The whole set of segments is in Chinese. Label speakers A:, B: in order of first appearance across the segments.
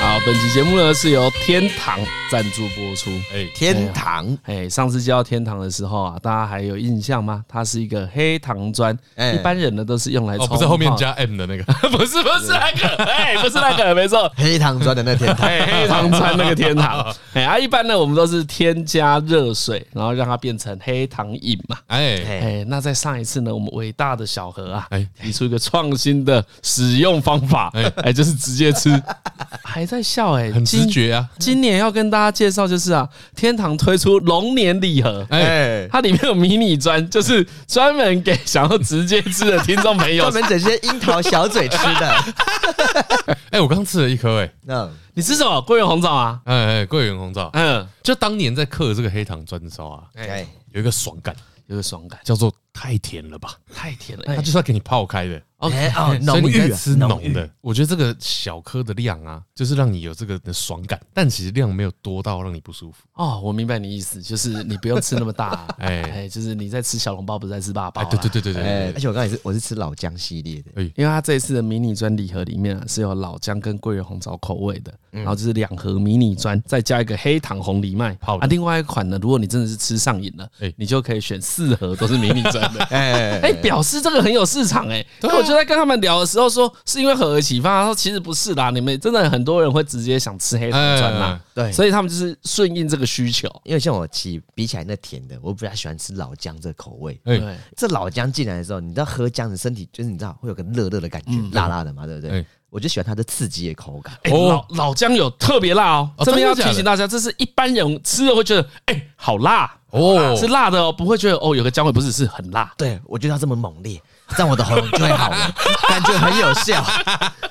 A: 好，本期节目呢是由天堂赞助播出。
B: 哎、
C: 天堂，
A: 哎，上次介绍天堂的时候啊，大家还有印象吗？它是一个黑糖砖，
C: 哎
A: 一般人呢都是用来
B: 哦，
A: 冲
B: 不是后面
A: 泡
B: 加 M 的那个， 不是不是那 个，
A: 哎，不是那个，没错，
C: 黑糖砖的那天堂，
A: 哎，黑糖川那个天 堂，哎啊，一般呢我们都是添加热水，然后让它变成黑糖饮嘛。
B: 哎
C: 哎
A: 哎，那在上一次呢，我们伟大的小何啊
B: 哎，
A: 提出一个创新的使用方法
B: 哎，
A: 哎，就是直接 吃，还在笑哎，
B: 很直
A: 今
B: 觉啊，
A: 今年要跟大家介绍就是啊，天堂推出龙年礼盒，
B: 哎、
C: 哎，
A: 它里面有迷你砖，就是 专门给想要直接吃的听众朋友
C: 专。门整些樱桃小嘴吃 的，
B: 哎、我刚吃了一颗、哎
C: 嗯，
A: 你吃什么？桂圆红枣啊？
B: 哎哎，桂圆红枣，
A: 嗯，
B: 就当年在嗑这个黑糖砖的时候啊，
C: 哎，
B: 有一个爽感，
A: 有个爽感，
B: 叫做太甜了吧，
A: 太甜了。
B: 它
A: 哎
B: 就是要给你泡开的。
C: 哎哦，
B: 所以
C: 浓
B: 你在
C: 郁啊
B: 吃浓的，我觉得这个小颗的量啊，就是让你有这个的爽感，但其实量没有多到让你不舒服。
A: 哦，我明白你意思，就是你不用吃那么大、啊，哎
B: 哎
A: 就是你在吃小笼包，不是在吃啊爸爸、
B: 哎，对对，对对对
C: 哎
B: 对，
C: 而
B: 对
C: 且我刚才是我是吃老姜系列 的，。
A: 因为它这一次的迷你砖礼盒里面啊，是有老姜跟桂圆红枣口味的，
B: 嗯
A: 然后就是两盒迷你砖，再加一个黑糖红藜麦
B: 泡的
A: 啊，另外一款呢，如果你真的是吃上瘾了，
B: 哎
A: 你就可以选四盒都是迷你砖 的
C: 哎
A: 哎、表示这个很有市场哎、
B: 啊
A: 那、我就在跟他们聊的时候说，是因为何而启发，他说其实不是啦，你们真的很多人会直接想吃黑糖砖啦，
C: 对，
A: 所以他们就是顺应这个需求。
C: 因为像我其比起来那甜的，我比较喜欢吃老姜这口味。
B: 哎哎
A: 对，
C: 这老姜进来的时候，你知道喝姜的身体就是你知道会有个热热的感觉，辣辣的嘛，对不对
B: 哎？
C: 我就喜欢它的刺激的口感。
A: 哎、
B: 哦
A: 老老姜有特别辣哦，
B: 哦
A: 这边要
B: 真的假
A: 提
B: 的
A: 醒大家，这是一般人吃了会觉得，哎、好辣
B: 哦
A: 是辣的哦，不会觉得哦，有个姜味不是是很辣。
C: 对，我就要这么猛烈，这样我的喉咙就会好 了，感觉很有效，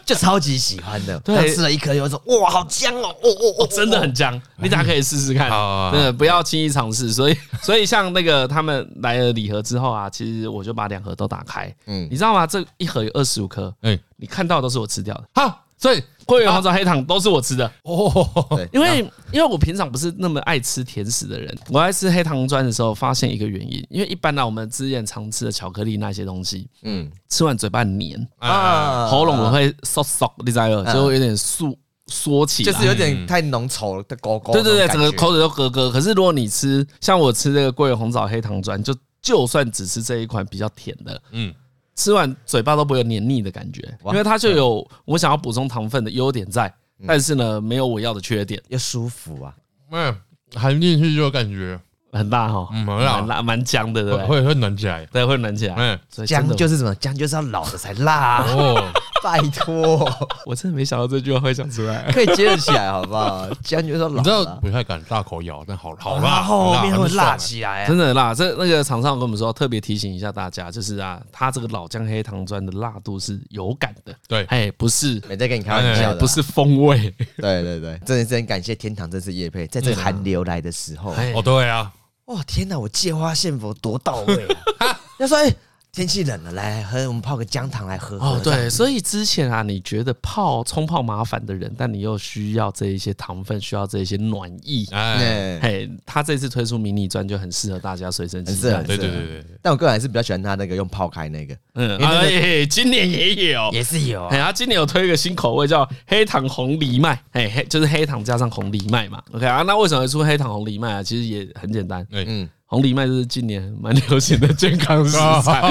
C: 就超级喜欢的。
A: 对
C: 刚吃了一颗，有一种哇，好香哦，哦哦哦，
A: 真的很姜，你大家可以试试看
B: 好好，好
A: 真的不要轻易尝试。所以， 所以像那个他们来了礼盒之后啊，其实我就把两盒都打开，嗯，你知道吗？这一盒有二十五颗，
B: 哎，
A: 你看到的都是我吃掉的，
B: 好，所以
A: 桂圆、红枣、黑糖都是我吃的，
B: 哦，
C: 对，
A: 因为因为我平常不是那么爱吃甜食的人，我在吃黑糖砖的时候，发现一个原因，因为一般呢、啊我们之前常吃的巧克力那些东西，
C: 嗯
A: 吃完嘴巴很黏，
B: 啊，
A: 喉咙我会嗖嗖，你知道吗，就会有点缩缩起来，
C: 啊就是有点太浓稠的狗狗，
A: 对对对，整个口水都咯咯。可是如果你吃像我吃这个桂圆红枣黑糖砖，就就算只吃这一款比较甜的，
B: 嗯，
A: 吃完嘴巴都不会有黏腻的感觉，因
C: 哇嗯
A: 为它就有我想要补充糖分的优点在，但是呢，没有我要的缺点，
C: 又舒服啊。
B: 嗯，含进去就有感觉，
A: 很辣哈，
B: 嗯很辣
A: 蛮辣蛮姜的，对不对？
B: 会会会暖起来，
A: 对，会暖起来。
B: 嗯，
A: 所以真
C: 姜
A: 的
C: 就是什么？姜就是要老的才辣啊、
B: 哦，
C: 拜托，
A: 我真的没想到这句话会讲出来。
C: 可以接得起来好不好？姜就是要老
B: 你知
C: 的
B: 道
C: 啊、
B: 不太敢大口咬，但好好
C: 然
B: 辣，
C: 后后面会
B: 很
C: 辣
B: 爽
C: 起来、啊。
A: 真的很辣，这那个厂商跟我们说，特别提醒一下大家，就是啊，它这个老姜黑糖砖的辣度是有感的，
B: 对
A: 哎，不是，
C: 没在跟你开玩笑的、
A: 哎
C: 啊
A: 不，是风味，
C: 对对对，真的是很感谢天堂这次夜配，在这个寒流来的时候，
A: 哎
B: 哎，哦，对啊，
C: 哇，天哪，我借花献佛多到位 啊！要说哎、天气冷了，来喝，我们泡个姜糖来喝喝。
A: 哦，对，所以之前啊，你觉得泡冲泡麻烦的人，但你又需要这一些糖分，需要这一些暖意。
B: 哎，
C: 哎，
A: 嘿，他这次推出迷你砖就很适合大家随身携带
C: 很适
B: 对对对对对，
C: 但我个人还是比较喜欢他那个用泡开那个，
A: 嗯，
C: 因为那个
A: 哎，今年也有，
C: 也是 有、
A: 哎，他今年有推一个新口味叫黑糖红藜麦，哎，黑就是黑糖加上红藜麦嘛。OK 啊，那为什么会出黑糖红藜麦啊？其实也很简单，
B: 哎，嗯，
A: 红藜麦就是近年蛮流行的健康食
C: 哦
A: 材。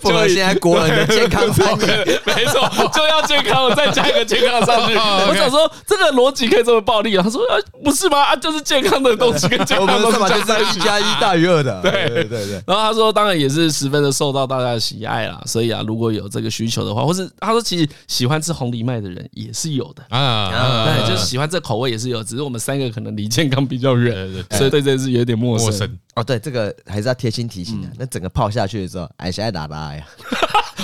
C: 符合现在国人的健康餐饮。
A: 没错，就要健康，我再加一个健康上去。
B: 哦，OK
A: 我想说这个逻辑可以这么暴力啊？他说啊，不是吗？啊，就是健康的东西跟健
C: 我
A: 康
C: 们
A: 的
C: 的
A: 东
C: 算
A: 西
C: 法
A: 加在
C: 就
A: 一
C: 是
A: 起
C: 一。加一大于二的，对对对对。
A: 然后他说，当然也是十分的受到大家的喜爱啦。所以啊，如果有这个需求的话，或是他说，其实喜欢吃红藜麦的人也是有的。
B: 啊，
A: 对，就是喜欢这口味也是有，只是我们三个可能离健康比较远，
B: 对对
A: 所以对这件事有点陌
B: 陌
A: 生。
B: 生，
C: 哦，对，这个还是要贴心提醒的、那整个泡下去的时候，哎，现在打拉呀，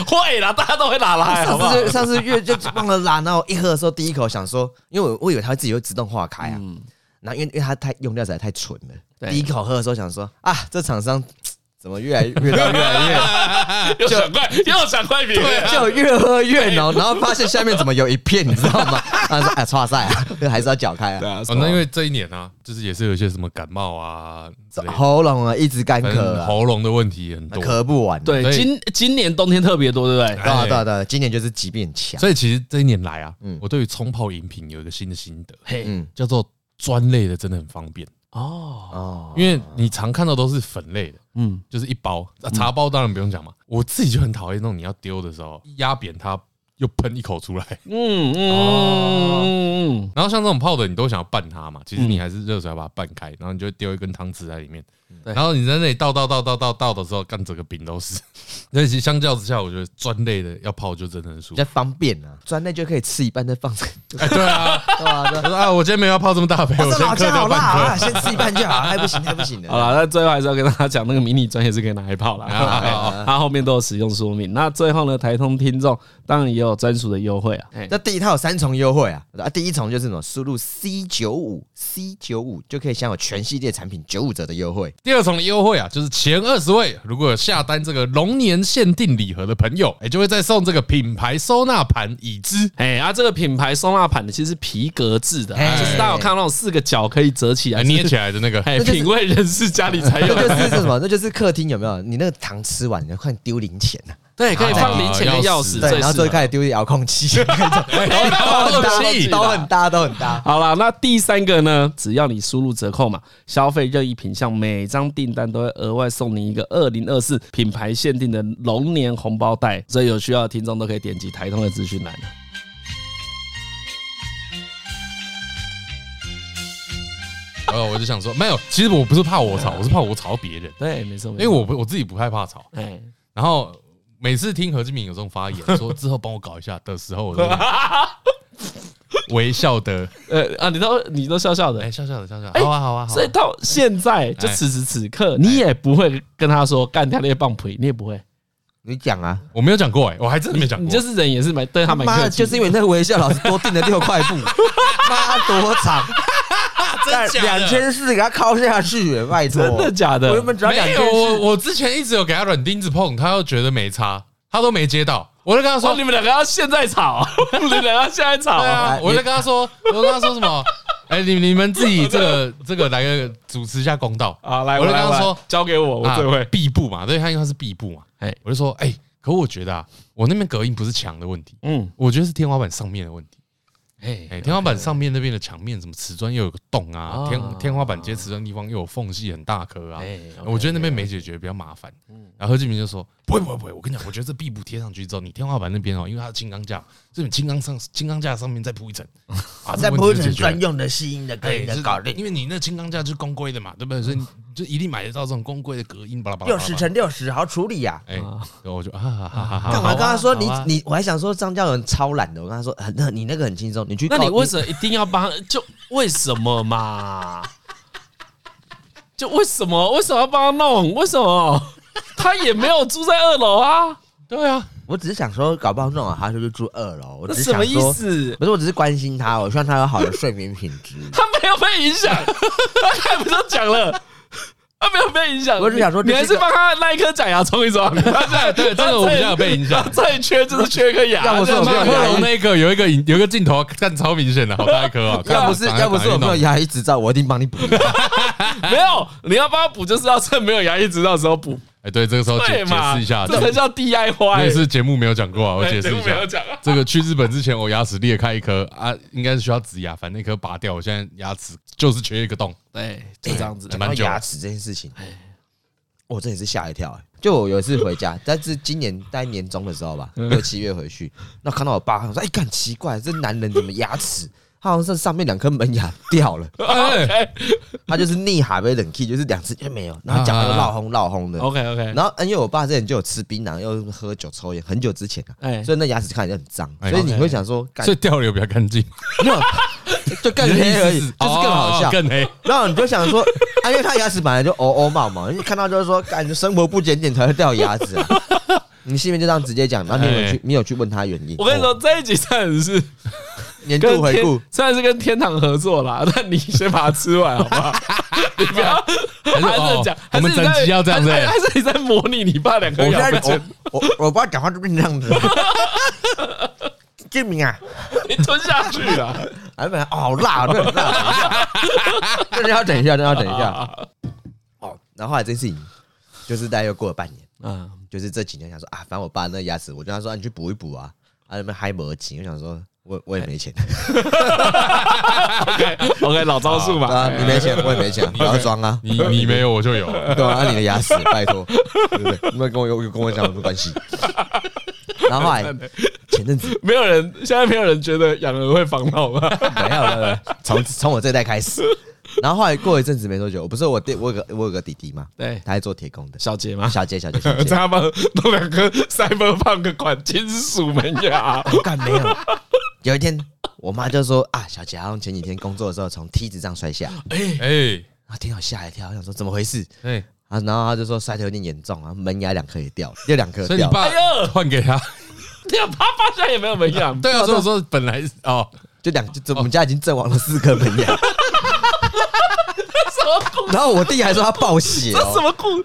A: 会啦，大家都会拉拉，哎好
C: 上
A: 不好
C: 次？就上次月就忘了拉，然后一喝的时候，第一口想说，因为我我以为它会自己会自动化开啊，然后因为因为它太用料实在太蠢了，
A: 嗯对
C: 第一口喝的时候想说啊，这厂商嘖怎么越来越味道越来越
A: 又想怪又想怪别人，
C: 就越喝越浓，然后发现下面怎么有一片，你知道吗？他说：“哎，哇塞啊，还是要搅开
A: 对
C: 啊，
A: 啊，
B: 哦，那因为这一年啊，就是也是有一些什么感冒啊之类的，
C: 喉咙啊一直干
B: 反
C: 咳
B: 正
C: 啊，
B: 喉咙的问题也很多。
C: 咳不完。”
A: 对
B: 所以
A: 今今年冬天特别多，对不对？
C: 对啊，
B: 哎
C: 对啊，对啊，今年就是疾病很强，
B: 所以其实这一年来啊
C: 嗯，
B: 我对于冲泡饮品有一个新的心得，
A: 嘿，
C: 嗯
B: 叫做砖类的真的很方便，
A: 哦，
C: 哦，
B: 因为你常看到都是粉类的。
A: 嗯，
B: 就是一包、啊、茶包，当然不用讲嘛。我自己就很讨厌那种你要丢的时候压扁它，又喷一口 出来。
A: 嗯嗯
B: 哦
A: 嗯嗯
B: 然后像这种泡的，你都想要拌它嘛，其实
C: 嗯
B: 你还是热水要把它拌开，然后你就丢一根汤匙在里面，
A: 对
B: 然后你在那里倒倒倒倒倒倒的时候，干整个饼都是。 所以其实相较之下，我觉得砖类的要泡就真的很舒
C: 比
B: 服
C: 较。方便啊，专类就可以吃一半再放着， 对
B: 哎，对啊，
C: 吧？对
B: 他说啊，我今 天没有要泡这么 大杯，
C: 哇
B: 我
C: 哦这
B: 先
C: 老姜好辣
B: 喝掉半
C: 啊，
B: 颗。
C: 先吃一半就 好，还不行，还不行的。
A: 哦好了，那最后还是要跟大家讲，那个迷你砖也是可以拿来泡啦。
B: 啊好好好
A: 哎它后面都有使用说明。那最后呢，台通听众当然也有专属的优惠啊。哎
C: 那第一它有三重优惠啊，啊，第一重就是什么，输入 C 九五 C 九五就可以享有全系列产品九五折的优惠。
B: 第二重的优惠啊，就是前二十位如果有下单这个龙年限定礼盒的朋友，哎，就会再送这个品牌收纳盘椅子。
A: 哎，啊，这个品牌收纳盘呢，其实是皮革制的，啊
C: 哎
A: 就是大家有看到那种四个角可以折起来
B: 哎，捏起来 的那个，
A: 哎，
C: 就是
A: 品味人士家里
B: 哎
A: 才
C: 那
A: 有
C: 就。是什么？那就是客厅有没有？你那个糖吃完，你要快丢零钱呐、
A: 对，可以放零钱跟钥匙，
B: 是
C: 对，
A: 最
C: 然后
A: 适
C: 就
A: 合。
C: 开始丢遥控器， 那种
A: 遥
C: 都
A: 控
C: 很
A: 器
C: 大，都很大，都很大。
A: 好啦，那第三个呢？只要你输入折扣码，消费任意品项，每张订单都会额外送你一个二零二四品牌限定的龙年红包袋，所以有需要的听众都可以点击台通的资讯栏。
B: 然后我就想说，没有，其实我不是怕我吵，我是怕我吵别人，
A: 对，没错，因
B: 因为我不我自己不害怕吵。
A: 哎，
B: 然后每次听何志明有这种发言，说之后帮我搞一下的时候，我 就微笑的，
A: 呃啊，你都你都笑笑的
B: 哎，，笑笑的，笑笑，
A: 哎
B: 好啊，好啊，好
A: 所以
B: 啊。
A: 到现在就此时此刻，你也不会跟他说干他那些棒腿，你也不会，
C: 你讲啊，
B: 我没有讲过哎，我还真的没讲
A: 你
B: 过。
A: 就是人也是蛮对他蛮
C: 妈
A: 客
C: 的，
A: 气
C: 就
A: 的，
C: 是因为那个微笑老师多订了六块 布，妈多长，
B: 真假的
C: 两千四给他敲下去，拜托，
A: 真的假的
C: 哦我原本只要两
B: 没
C: 千
B: 有哎我
C: 四，
B: 我之前一直有给他软钉子碰，他又觉得没差，他都没接到，我就跟他
A: 说
B: 说
A: 哦你，们两个要现在 吵，你们两个要现在吵
B: 对
A: 啊，
B: 啊，我就跟他说， 我就跟他说什么？哎，你你们自己这 个这个来个主持一下公道
A: 好来，
B: 我就
A: 来
B: 跟他
A: 来
B: 说，
A: 交给我，我最会
B: 啊。壁布嘛，对，他因为他是壁布嘛，
A: 哎
B: 哎，我就说，哎、可我觉得啊，我那边隔音不是墙的问题，
A: 嗯，
B: 我觉得是天花板上面的问题。
A: 哎
B: 哎、天花板上面那边的墙面，什么瓷砖又有个洞啊，
A: 啊
B: 天天花板接瓷砖地方又有缝隙很大颗啊，
A: 哎，OK，
B: 我觉得那边没解决比较麻烦。
D: 嗯
B: 然后何俊明就说，不会不会不会，我跟你讲，我觉得这壁布贴上去之后，你天花板那边哦，因为它是轻钢架，这种轻钢上轻钢架上面 再铺一层，啊，这
D: 再
B: 个
D: 铺
B: 问
D: 一
B: 题就
D: 层
B: 解决了
D: 专用的吸音的隔音
B: 哎，
D: 的
B: 是
D: 搞定，
B: 因为你那轻钢架就是公规的嘛，对不对？所以你就一定买得到这种公规的隔音，巴拉巴拉。
D: 六
B: 巴拉
D: 十乘六十好处理呀、
B: 哎，然后我就啊哈哈哈哈，
C: 干嘛跟他说你
B: 好啊
C: 你？我还想说张嘉伦超懒的，我跟他说很那你那个很轻松，你去告。
A: 那你为什么一定要帮？就为什么嘛？ 就为什么？为什么要帮他弄？为什么？他也没有住在二楼啊，
B: 对啊，
C: 我只是想说，搞不好弄好他就是住二楼，我
A: 那
C: 只是
A: 什
C: 想
A: 么
C: 说，
A: 意思？
C: 不是，我只是关心他，我希望他有好的睡眠品质。
A: 他没有被影 响，他才不都讲了。他没有被影响，
C: 我只想说
A: 你
C: 这
A: 你
C: 是
A: 还
C: 一
A: 是
C: 个
A: 帮他那一颗假牙装一装。他现在
B: 对这个我比较有被影响
A: 他最缺就是缺一颗牙。
C: 要不是我
B: 马
C: 没 有
B: 克
C: 牙
B: 龙
C: 医，
B: 那个有一个影有一个镜头啊看超明显的，好大一颗哦。
C: 要不是
B: 看
C: 要不是我没有，牙医执照，我一定帮你补。
A: 没有，你要帮他补，就是要趁没有牙医执照的时候补。
B: 哎，对，这个时候
A: 对
B: 解解
A: 嘛？
B: 释一下，
A: 这才叫 DIY。
B: 那是节目没有讲过啊，我解释一
A: 对节目没
B: 下
A: 有讲啊。
B: 这个去日本之前，我牙齿裂开一颗啊，应该是需要植牙，反正那颗拔掉，我现在牙齿就是缺一个洞。
A: 对，就这样 子。
C: 讲
B: 哎蛮
C: 到
B: 久哎
C: 牙齿这件事情，我真的是吓一跳、欸。就我有一次回家，但是今年大概年中的时候吧，
B: 嗯
C: 六七月回去，那看到我爸，我说：“哎、干奇怪，这男人怎么牙齿？他好像是上面两颗门牙掉了，
B: 哎，
C: 他就是逆海被冷气，就是两只哎就没
B: 啊
C: 有，然后讲又闹轰闹轰的。
A: OK OK，
C: 然后嗯因为我爸之前就有吃槟榔，又喝酒抽烟，很久之前啊，
A: 哎
C: 所以那牙齿看起来就很脏，
B: 哎
C: 所以你会想说，干
B: 所以掉流比较干净，
C: 没有， 就更黑而已， 就是更好笑
B: 哦。更黑。
C: 然后你就想说， 啊，因为他牙齿本来就哦哦冒嘛，你看到就是说，感觉生活不检点才会掉牙 齿啊。你心里面就这样直接讲，然后你有
B: 哎
C: 去，你有去问他原因。哦
A: 我跟你说，这一集算是
C: 年
A: 跟
C: 度回顾
A: 天，，虽然是跟天堂合作啦，但你先把它吃完好不好？你不要还是
B: 哦
A: 讲，
B: 我们
A: 还是你在
B: 整集要这样子哎
A: 还是还是你在模拟你爸两个
C: 我现
A: 咬
C: 在
A: 被
C: 我
A: 针？
C: 我我爸讲话就变 这样子，
D: 证明啊，
A: 你吞下去啊了。
C: 哎，本来哦好辣，真的很辣，真的要等一下，真的要等一
A: 啊
C: 下。哦，然后后来这件事情就是大概又过了半年，
A: 啊，
C: 就是这几年想说啊，反正我爸那牙齿，我就跟他说、啊、你去补一补啊，啊那边还没钱，我想说我我也没钱
A: OK OK，老招数嘛。
C: 啊，你没钱我也没 钱，不要装啊，
B: 你你没有我哎就有，
C: 对啊，啊你的牙齿，拜托，对不对？你们跟我有有跟我讲有什么关系？然后后来前阵子
A: 没有人，现在没有人觉得养鹅会防老吧？
C: 没有没有，从从我这代开始，然后后来过一阵子没多久，我不是我弟，我有个我有个弟弟嘛，
A: 对，
C: 他在做铁工的，
A: 小杰嘛，
C: 小姐小姐 小
A: 在
C: 姐，
A: 他们弄两颗 Cyberpunk 款金属门牙，
C: 我干没有。有一天，我妈就说啊，小姐好像前几天工作的时候从梯子上摔下，
B: 哎
C: 啊，听到吓一跳，我想说怎么回事
B: 哎，
C: 啊，然后她就说摔得有点严重啊，门牙两颗也掉了，又两颗
B: 所以你
C: 掉了，
A: 哎
B: 爸换 给他，
A: 你爸爸现在也没有门牙，
B: 对啊，所以我说本来是哦，
C: 就两，就我们家已经阵亡了四颗门 牙。然后我弟还说他爆血、
A: 这什
C: 哦，
A: 么故？
C: 就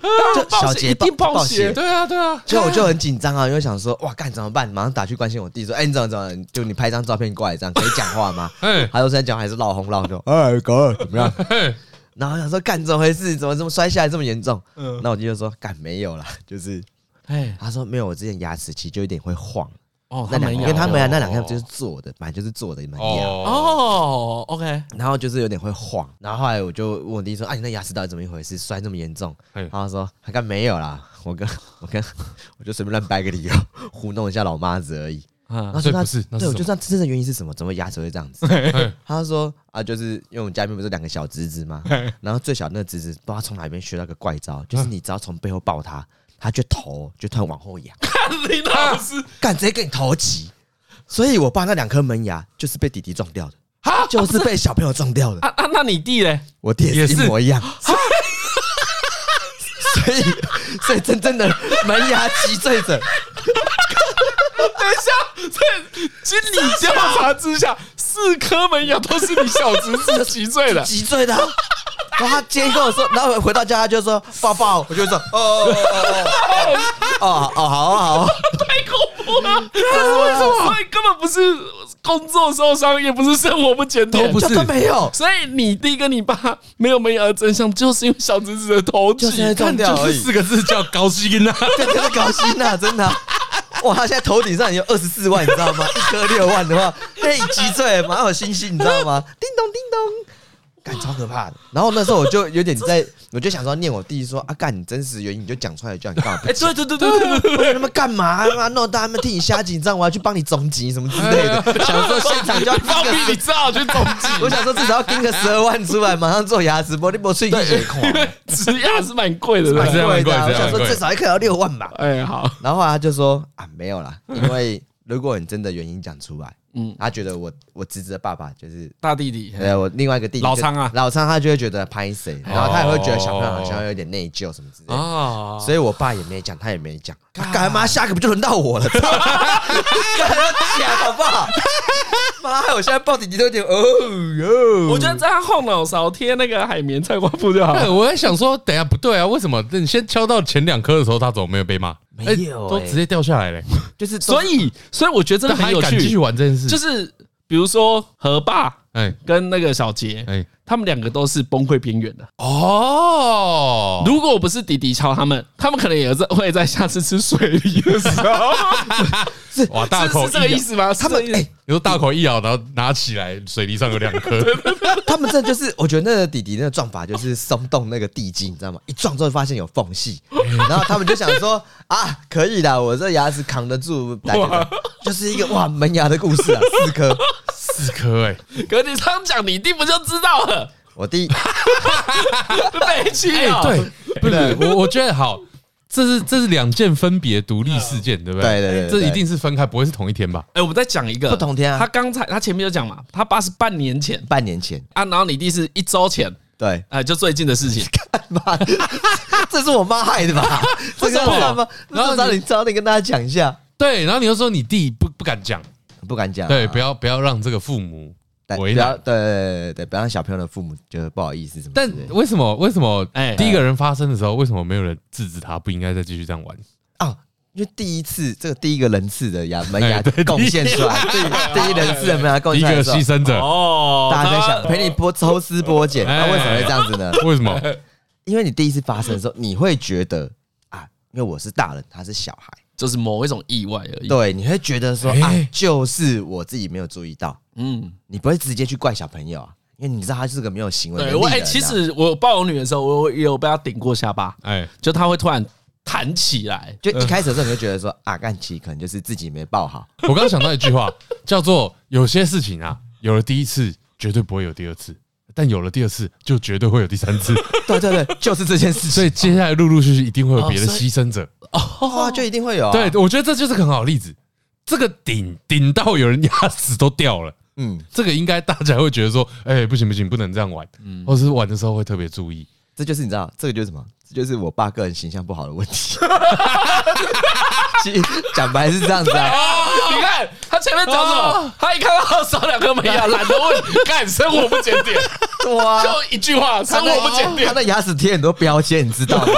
A: 报
C: 小
A: 喜
C: 杰
A: 一定
C: 报
A: 报
C: 报喜
A: 喜，
B: 对啊对啊，
C: 所以我就很紧张啊，因为想说哇干怎么办，马上打去关心我弟说，哎、你怎么怎么，就你拍张照片过来这样可以讲话吗？
B: 哎
C: 他就在讲还是闹哄闹就，哎哥怎么样？
B: 哎
C: 然后我想说干怎么回事，怎么这么摔下来这么严重？
A: 嗯
C: 那我弟就说干没有啦，就是
A: 哎，
C: 他说没有，我之前牙齿其实就有点会晃，
A: 哦
C: 那两个，因为他
A: 们
C: 们那两个就是做的，本来就是做的门牙。
B: 哦，
A: 哦，OK，
C: 然后就是有点会晃，然后后来我就问我弟说：“啊，你那牙齿到底怎么一回事？摔那么严重？”
B: 嘿
C: 然后他说：“他刚没有啦，我跟 我跟我就随便乱掰个理由， 糊弄一下老妈子而已。”然
A: 嗯
C: 后就
B: 啊所以
C: 他
B: 不是那是
C: 对，我
B: 什
C: 就
B: 么
C: 知道真正的原因是什么，怎么牙齿会这样子？
B: 哎
C: 他就说：“啊，就是因为我们家里面不是有两个小侄子吗？然后最小那个侄子不知道从哪边学到个怪招，就是你只要从背后抱他，他就头就突然往后仰，
A: 你老师
C: 干直接给你头起。”所以，我爸那两颗门牙就是被弟弟撞掉的，
A: 哈
C: 就是被小朋友撞掉的。
A: 啊啊，那你弟嘞？
C: 我弟也是
B: 也是啊
C: 一模一样。 所以，所以真正的门牙脊椎 者，
A: 等一下，这经理调查之下，四颗门牙都是你小侄子脊椎的。
C: 脊椎的啊、然后他今天跟我说，然后回到家他就说抱抱，我就说哦哦哦哦哦哦好啊好啊，
A: 太恐怖了！这是为什么？所以根本不是工作受伤，也不是生活不检点，
B: 都不是
C: 就都没有，
A: 所以你弟跟你爸没有门牙的真相，就是因为小侄子的头
C: 就
A: 起
C: 是在撞掉
B: 就
C: 而
B: 是
C: 已，
B: 四个字叫高薪啊，
C: 这真的搞心呐、真的啊、哇，他现在头顶上已经有二十四万，你知道吗？一颗六万的话，那脊椎蛮有信心，你知道吗？叮咚叮咚，干超可怕的。然后那时候我就有点在，我就想说念我弟说啊，干你真实原因你就讲出来，就你干嘛不
A: 哎，对对对对对对
C: 我说他们干嘛？他妈弄到他们替你瞎紧张，我要去帮你总结什么之类的。想说现场就要
A: 对，方
C: 盯
A: 便你
C: 个，
A: 只好去总
C: 我想说至少要盯个十二万出来，马上做牙齿，玻璃玻碎一 血狂。
A: 结，植牙是蛮贵的，对不
C: 蛮
A: 对
B: 这样蛮
C: 贵
B: 贵
C: 的啊，我
B: 这样蛮
C: 想说
B: 贵
C: 至少一颗要六万吧。
A: 哎，好，
C: 然后后来他就说啊，没有 啦，因为如果你真的原因讲出来，
A: 嗯
C: 嗯，他觉得我我侄子的爸爸就是
A: 大弟弟
C: 呃我另外一个弟弟就
A: 老苍啊哦
C: 老苍他就会觉得拍谁，然后他也会觉得小朋友好像有点内疚什么之类的。
A: 啊，
C: 所以我爸也没讲，他也没讲。干干妈下个不就轮到 我了？操干要讲好不好？妈，我现在抱弟弟都有点哦哟。
A: 我觉得这样后脑勺贴那个海绵菜瓜布就好
B: 对，
A: 了。
B: 我在想说，等一下不对啊，为什么你先敲到前两颗的时候，他怎么没有被骂？
C: 没
B: 哎
C: 有
B: 都
C: 哎
B: 直接掉下来嘞，
C: 就是都，
A: 所以，所以我觉得真的很
B: 但还
A: 有
B: 敢继续
A: 趣，
B: 玩这件事，
A: 就是是比如说何爸
B: 哎
A: 跟那个小杰，
B: 哎
A: 他们两个都是崩溃边缘的。
B: 哦，
A: 如果不是弟弟敲他们，他们可能也在会在下次吃水梨的时 候，
B: 哇大
A: 是
B: 口
A: 是这个
B: 一
A: 意
B: 咬，
A: 思吗？
C: 他们
A: 是这个
C: 哎、
A: 意思
B: 你说大口一咬，然后拿起来，水泥上有两 颗，
C: 他们这就是， 我觉得那个弟弟那个撞法就是松动那个地基，你知道吗？一撞之后发现有缝隙，
B: 嗯
C: 然后他们就想说 啊，可以的，我这牙齿扛得住，来来来就是一个哇门牙的故事啊，四颗。
B: 四颗哎，
A: 可是你这样讲，你弟不就知道了？
C: 我弟
A: 被气了，
C: 哎
B: 对，不是我我觉得好，这是这是两件分别独立事件，对不对？哎
C: 对对对对
B: 这一定是分开，不会是同一天吧？
A: 哎、我们再讲一个
C: 不同天啊
A: 他刚才他前面就讲嘛，他爸是半年前
C: 半年前，
A: 啊，然后你弟是一周前，
C: 对，
A: 哎、就最近的事情。
C: 妈，这是我妈害的 吧？这个他妈，然
B: 然后
C: 后
B: 你
C: 让你早点跟大家讲一下，
B: 对，然后你又说你弟不不敢讲，
C: 不敢讲啊，
B: 对，不要不要让这个父母
C: 不
B: 为
C: 要
B: 难。
C: 对对对对，不要让小朋友的父母觉得不好意思什么之
B: 但
C: 类的。
B: 为什么？为什么？
A: 哎
B: 哎，第一个人发生的时候，为什么没有人制止他不应该再继续这样玩？
C: 啊，因为第一次这个第一个人次的牙门牙
B: 哎对
C: 贡献出来，第一第一人次的门牙贡
B: 哎第一
C: 献出来的
B: 个
C: 时候
B: 牺，牲者，
A: 啊哦
C: 大家在想陪你剥抽丝剥茧，那
B: 哎
C: 为什么会这样子呢？
B: 为什 么？
C: 因为你第一次发生的时候，你会觉得啊，因为我是大人，他是小孩，
A: 就是某一种意外而已。，
C: 对，你会觉得说
B: 嗯哎
C: 啊，就是我自己没有注意到，
A: 嗯，
C: 你不会直接去怪小朋友啊，因为你知道他是个没有行为能力
A: 对
C: 的
A: 我
C: 人啊。
A: 哎、其实我抱我女的时候，我也有被她顶过下巴，
B: 哎，
A: 就她会突然弹起 来。
C: 就一开始的时候，你会觉得说啊，干奇可能就是自己没抱好，
B: 我刚刚想到一句话， 叫做“有些事情啊，有了第一次绝对不会有第二次，但有了第二次就绝对会有第三 次，
C: 对对对，就是这件事
B: 所
C: 情，
B: 以接下来陆陆续续一定会有别的
A: 哦所以哦
B: 牺牲者。
C: 哇，就一定会有啊。
B: 对，我觉得这就是个很好的例子。这个顶顶到有人牙齿都掉了，
C: 嗯，
B: 这个应该大家会觉得说，哎，不行不行，不能这样玩，
A: 嗯
B: 或者是玩的时候会特别注意。
C: 这就是你知道，这个就是什么？这就是我爸个人形象不好的问 题。其实讲白是这样子啊，
A: 你看他前面讲什么？他一看到少两颗门 牙，懒得问，干生活不检点，
C: 对啊，
A: 就一句 话，生
C: 他
A: 活不检
C: 的他
A: 点。
C: 的牙齿贴很多标签，你 知道吗？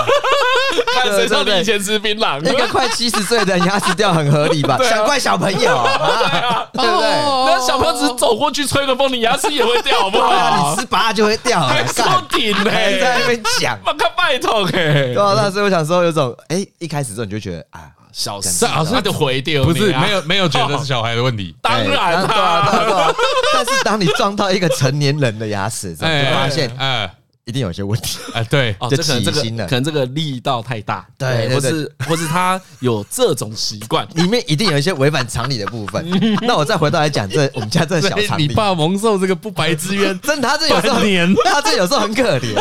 A: 看谁叫你以前吃槟榔？
C: 一个快七十岁的人牙齿掉很合理吧？想怪小朋友啊，对不对？
A: 那小朋友只是走过去吹个风，你牙齿也会掉，好不
C: 对啊，
A: 好
C: 你？吃拔就会掉，
A: 还
C: 干
A: 说顶呢？
C: 还在那边 讲。
A: 我靠，拜托
C: 对
A: 哎！
C: 啊，那所以我想说，有种哎，一开始之后你就觉得啊，
A: 小
C: 事
A: 啊，他就回掉你啊，
B: 不是没有没有觉得是小孩的问题，
A: 当然
C: 对
A: 啦，
C: 啊，对啊对啊。但是当你撞到一个成年人的牙齿的时候，就发现
B: 哎
C: 一定有些问题。
B: 哎对，
A: 哦，
C: 就
A: 这可能这
C: 起心
A: 个
C: 了
A: 可能这个力道太大，
C: 对
A: 或
C: 对，
A: 是或是他有这种习惯
C: 里面一定有一些违反常理的部 分。那我再回头来讲这我们家这小
B: 所
C: 常
B: 以你
C: 理，，
B: 爸蒙受这个不白之 冤
C: 真的他这有时候
B: 半年，
C: 他这有时候很可怜，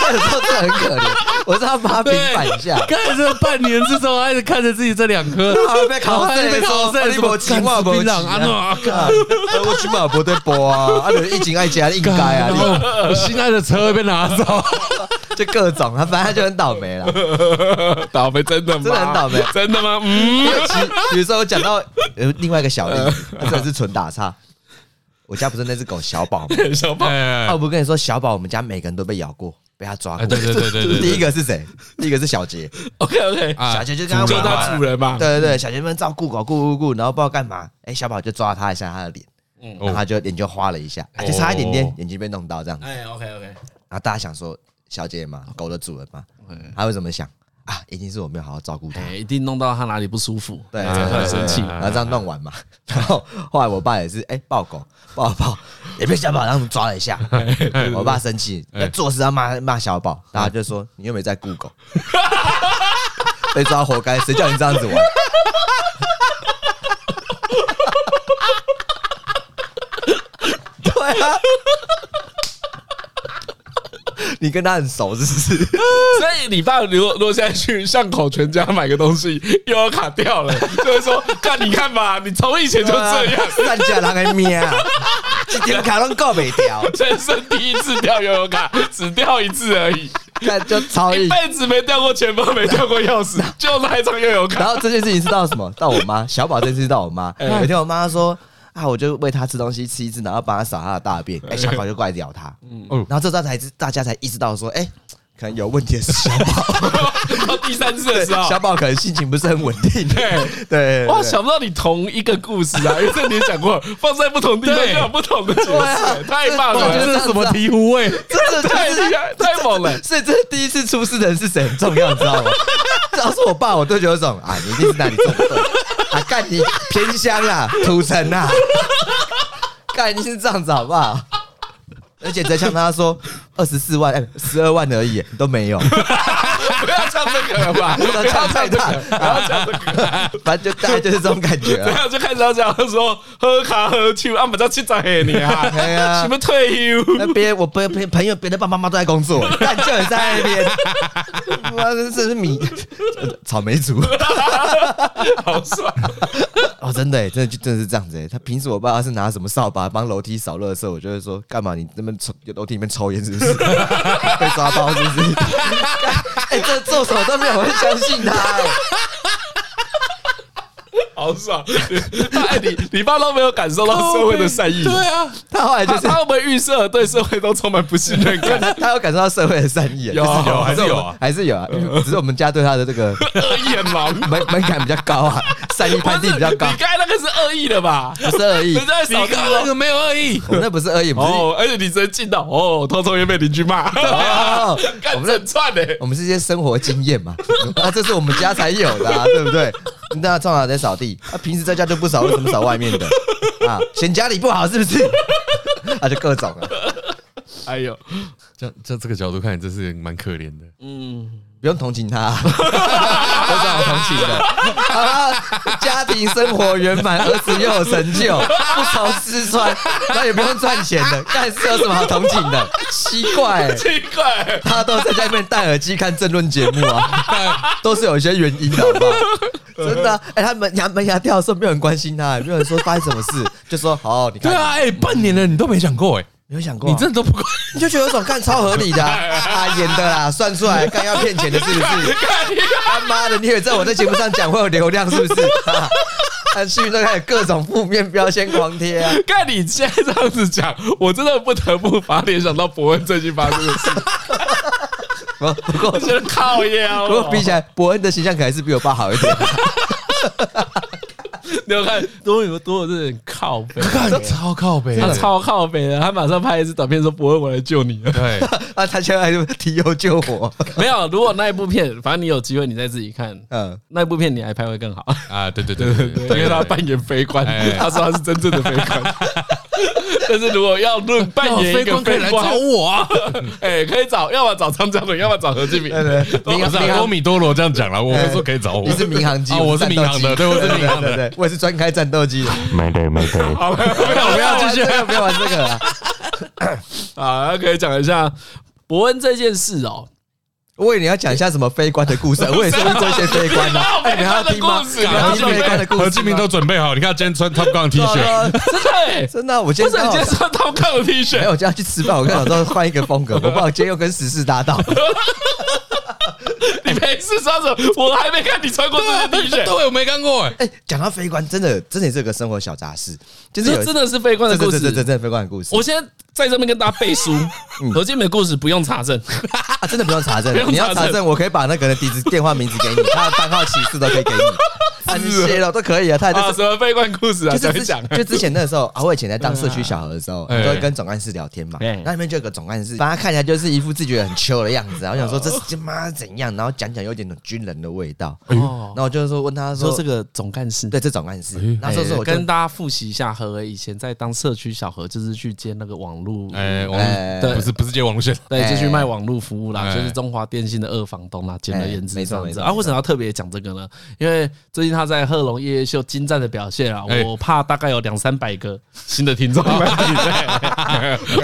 C: 他有时候真的很可怜。我是他把他平反一下，
B: 看着这半年之后，还是哎看着自己这两颗，
C: 他会被考试
B: 被考
C: 试，
B: 试
C: 你无钱我无
B: 槟
C: 钱
B: 榔啊
C: 啊，
B: 喏
C: 啊我起码不得播啊，啊，就是疫情爱家应该
A: 哎
C: 啊，
B: 然
C: 你
B: 后我心爱的车被拿走，
C: 就各种啊，反正他就很倒霉了。
A: 倒霉真的吗？
C: 真的很倒霉
A: 真的吗？嗯，
C: 其比如说我讲到呃另外一个小例子，真的是纯打岔。我家不是那只狗小宝吗？
A: 小宝
B: 哎
C: 啊，我不跟你说，小宝我们家每个人都被咬过，被他抓过。
B: 哎对对对对对对
C: 第一个是谁？第一个是小杰，
A: ，OK OK，
B: 啊
C: 小杰就跟他
A: 就
C: 玩
A: 他
C: 嘛
A: 主人嘛，
C: 对对对，小杰们照顾狗，顾顾顾，然后不知道干嘛，哎，小宝就抓他一下他的脸，
A: 嗯
B: 哦
C: 然后他就脸就花了一下，啊就差一点点眼睛被弄到这样。
A: 哎，OK OK，
C: 然后大家想说，小杰嘛，狗的主人嘛，他会怎么想啊？一定是我没有好好照顾他，
A: 哎，一定弄到他哪里不舒服，
C: 对
A: 才
C: 对
A: 会
C: 对
A: 生气。
C: 然后这样弄完嘛，然后后来我爸也是，哎、抱狗抱抱，也被小宝他们抓了一下，我爸生气，要做事要骂骂小宝，然后他就说你又没在顾狗，被抓活该，谁叫你这样子玩？对啊，你跟他很熟是不
A: 所
C: 是？
A: 以哎你爸如果如果现在去巷口全家买个东西，又要卡掉 了，就会说：“看你看吧，你从以前就这
B: 哦
A: 样，
C: 散家人的命，一张卡拢过袂掉。
A: 人生第一次掉悠悠卡，只掉一次而已，
C: 看就超
A: 一
C: 硬。
A: 辈子没掉过钱包，没掉过钥匙，就那一张悠悠卡。
C: 然后这件事情是到什么？到我妈，小宝这件事情到我妈。
A: 哎
C: 有一天我妈说啊，我就喂它吃东西，吃一只，然后帮它扫它的大便，哎，小宝就过来咬它。
A: 嗯
B: 哦
C: 然后这时候才知大家才意识到说，哎，可能有问题的是小 宝，
A: 到第三次的
C: 对
A: 时候，
C: 小宝可能心情不是很稳定。对
A: 啊对，
C: 对，
A: 哇，
C: 对
A: 想不到你同一个故事啊，因为这你也讲过，放在不同地方
B: 对
A: 就有不同的解
C: 对啊
A: 释，太棒
C: 我觉
A: 了
C: 得，
B: 这是什么醍醐味？
C: 这这
A: 太
C: 这
A: 厉害， 太猛了。
C: 所以这第一次出事的人是谁很重要，你知道吗？ 只要是我爸，我都觉得这种啊，你一定是哪里做不对啊，干你偏乡啊，土城啊，干你是这样子好不好？而且再像他说二十四万，哎十、二万而已都没有，
A: 不要唱这个了吧，
C: 不要唱太大，反正就大概就是这种感觉、
A: 然
C: 啊。
A: 后就开始要讲说喝咖喝酒，啊，不知道去找黑你啊，
C: 哎呀
A: 什么退休？
C: 那别我朋朋朋友别的爸爸妈妈都在工 作，但就你在那边， 妈的这是米 草莓族。
A: 好爽！
C: 哦，真的欸，真的就真的是这样子欸。他平时我爸他是拿什么扫把帮楼梯扫垃圾，我就会说干嘛你那边抽楼梯里面抽烟是不是？ 被抓包是不是？ 哎、这做什么都没有人相信他欸、
A: 好
B: 好爽，
A: 哎，你你爸都没有感受到社会的善意，
B: 对啊，
C: 他后来就
A: 他
C: 是
A: 他会不会预设对社会都充满不信任感？
C: 他他有感受到社会的善意啊，
B: 有
C: 就是
B: 有还是有啊
C: 还是有啊，只是我们家对他的这个
A: 恶意很忙，
C: 门门槛比较高啊，善意
A: 不
C: 判
A: 是
C: 定比较高
A: 你，刚才那个是恶意的吧？
C: 不是恶意
A: 人，家在扫
B: 你
A: 地
B: 刚刚那个没有恶意，
C: 我们那不是恶意，不是
A: 哦，而且你直接进到哦，偷偷又被邻居骂，
C: 哦，我
A: 干
C: 们那
A: 整串欸的。
C: 我们是一些生活经验嘛，啊，这是我们家才有的、啊，对不对？那常常在扫地，啊，平时在家就不扫，为什么扫外面的？啊，嫌家里不好是不是？啊，就各种啊，
A: 哎呦，
B: 这样这这个角度看，你真是蛮可怜的。
A: 嗯，
C: 不用同情他、啊，都是我同情的。啊，家庭生活圆满，儿子又有成就，不愁吃穿，那也不用赚钱的，干是有什么好同情的？奇怪、
A: 奇怪，
C: 他都在家里面戴耳机看政论节目啊， 都是有一些原因的，好不 好？真的啊、哎、他门牙门牙掉的时候，没有人关心他，没有人说发生什么事，就说好，你看，
B: 对啊，哎，半年了你都没讲过，哎，
C: 没有想过啊、
B: 你真的都不管，
C: 你就觉得有种看超合理的 啊，啊演的啦，算出来干要骗钱的，是不是？他妈的，你以为在我在节目上讲会有流量，是不 是？啊，他去那开始各种负面标签狂贴啊，
A: 看你现在这样子讲，我真的不得不把联想到伯恩最近 发生的事，
C: 不不过
A: 我觉得靠啊呀！
C: 不过比起来，伯恩的形象可还是比我爸好一点。
A: 你有看多有多有这人靠背，
B: 看超靠北，
A: 他超靠背的，他马上拍一支短片说伯恩我来救你了。
B: 对，
C: 啊，他现在就提油救火，
A: 没有，如果那一部片，反正你有机会你再自己 看，
C: 嗯。
A: 那一部片你来拍会更好，
B: 啊，对对对对 对，
A: 因为他扮演非 官
B: 哎，
A: 他说他是真正的非官。 但是如果要论扮演一个
B: 官可以
A: 非
B: 来
A: 官
B: 找，我啊。
A: 哎，可以找，要么找张家伦，要么找何敬明。
C: 对对，
B: 不
C: 民
B: 是
C: 航民
B: 啊多
C: 航，
B: 米多罗这样讲了，我们说可以找我
C: 你。哦是民航机，
B: 啊我是民航的
C: 战斗
B: 对
C: 机
B: 我是民航的
C: 对对，对我也是专开战斗机 的。
E: Mayday, mayday.
A: 好了，
B: 不要不要继续
C: 哦不。要玩这个不要玩这个啊，
A: 啊，可以讲一下伯恩这件事哦。
C: 我以为你要讲一下什么飞官的故 事，我也是会做一些飞官的。哎，你还要听吗？
A: 飞
C: 你
A: 官
C: 还要
A: 的
C: 听飞官的故事吗？
B: 何志明都准备好，你看今天穿 Top Gun T
C: 对啊
B: 恤，
C: 对啊
A: 真的 欸，
C: 真的啊，我今
A: 不
C: 天
A: 是
C: 刚
A: 你
C: 好
A: 今天穿 Tom Cruise 的 T
C: 没
A: 恤，
C: 有，我今天要去吃饭，我刚想说换一个风格，我不知道今天又跟时事搭 档。
A: 你没事穿着，我还没看你穿过这件 T
C: 啊
B: 对，
A: 恤。
B: 我没看过哎。
C: 哎，讲到飞官，真的真的也是个生活小杂事，就是有
A: 这真的是悲观的
C: 这
A: 故
C: 这这这嗯
A: 事。
C: 真的飞官的故事，
A: 我现在在这边跟大家背书，何建美的故事不用查证，
C: 啊，真的不用查证
A: 不用，
C: 你
A: 查
C: 要查
A: 证
C: 证，我可以把那个人的地址、电话名字给你，他的番号、起示都可以给 你，啊，你泄露都可以啊，他也
A: 啊，
C: 在
A: 什么悲观故事啊？
C: 就是
A: 谁
C: 之
A: 讲 哎
C: 前，？就之前那个时候啊，我以前在当社区小孩的时候，
B: 嗯
C: 都会跟总干事聊天嘛。
A: 嗯
C: 那里面就有个总干事，反正他看起来就是一副自己觉得很秋的样子啊。我想说这是他妈怎样，然后讲讲有点那种军人的味道。
A: 哦
C: 然，后我就是说问他
A: 说
C: 说
A: 这个总干事。
C: 对这总干事
B: 哎，
C: 那时候是我
A: 哎
C: 就
A: 跟大家复习一下，何以前在当社区小何，就是去接那个网络，
B: 哎，网
C: 哎
B: 络不是不是接网路线，
A: 对，
C: 哎
A: 就去卖网络服务啦，
B: 哎
A: 就是中华电信的二房东啦。简而言之
C: 哎没
A: 这
C: 错
A: 样子
C: 没错
A: 啊。为什么要特别讲这个呢？因为最近他在贺龙夜夜秀精湛的表现啊，
B: 哎
A: 我怕大概有两三百个新的 听众，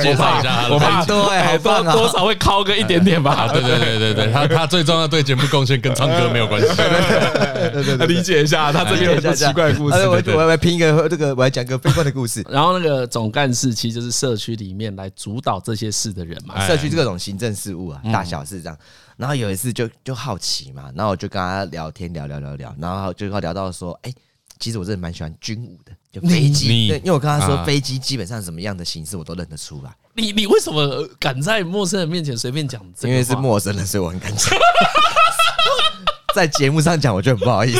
B: 介绍一下。
A: 我怕
C: 很多哎
A: 多
C: 好棒啊哎
A: 多少会靠个一点点吧。
B: 啊对对对对对，他他最重要对节目贡献跟唱歌没有 关系。
A: 哎理解一下他这边有很多奇怪的故
C: 哎我
A: 事。
C: 我我来拼一个这个，我来讲个飞官的故事。
A: 然后那个总干事其实就是社区里面来主导这些事的人嘛，
B: 哎嗯
C: 社区各种行政事务啊，大小事这样。然后有一次就就好奇嘛，然后我就跟他聊天，聊聊聊聊，然后就跟他聊到说，哎、其实我真的蛮喜欢军武的，就飞
B: 你
C: 机，对，因为我跟他说
B: 啊
C: 飞机基本上什么样的形式我都认得出来，
A: 你你为什么敢在陌生人面前随便讲这个话？
C: 因为是陌生人，所以我很敢讲。 在节目上讲，我就很不好意思。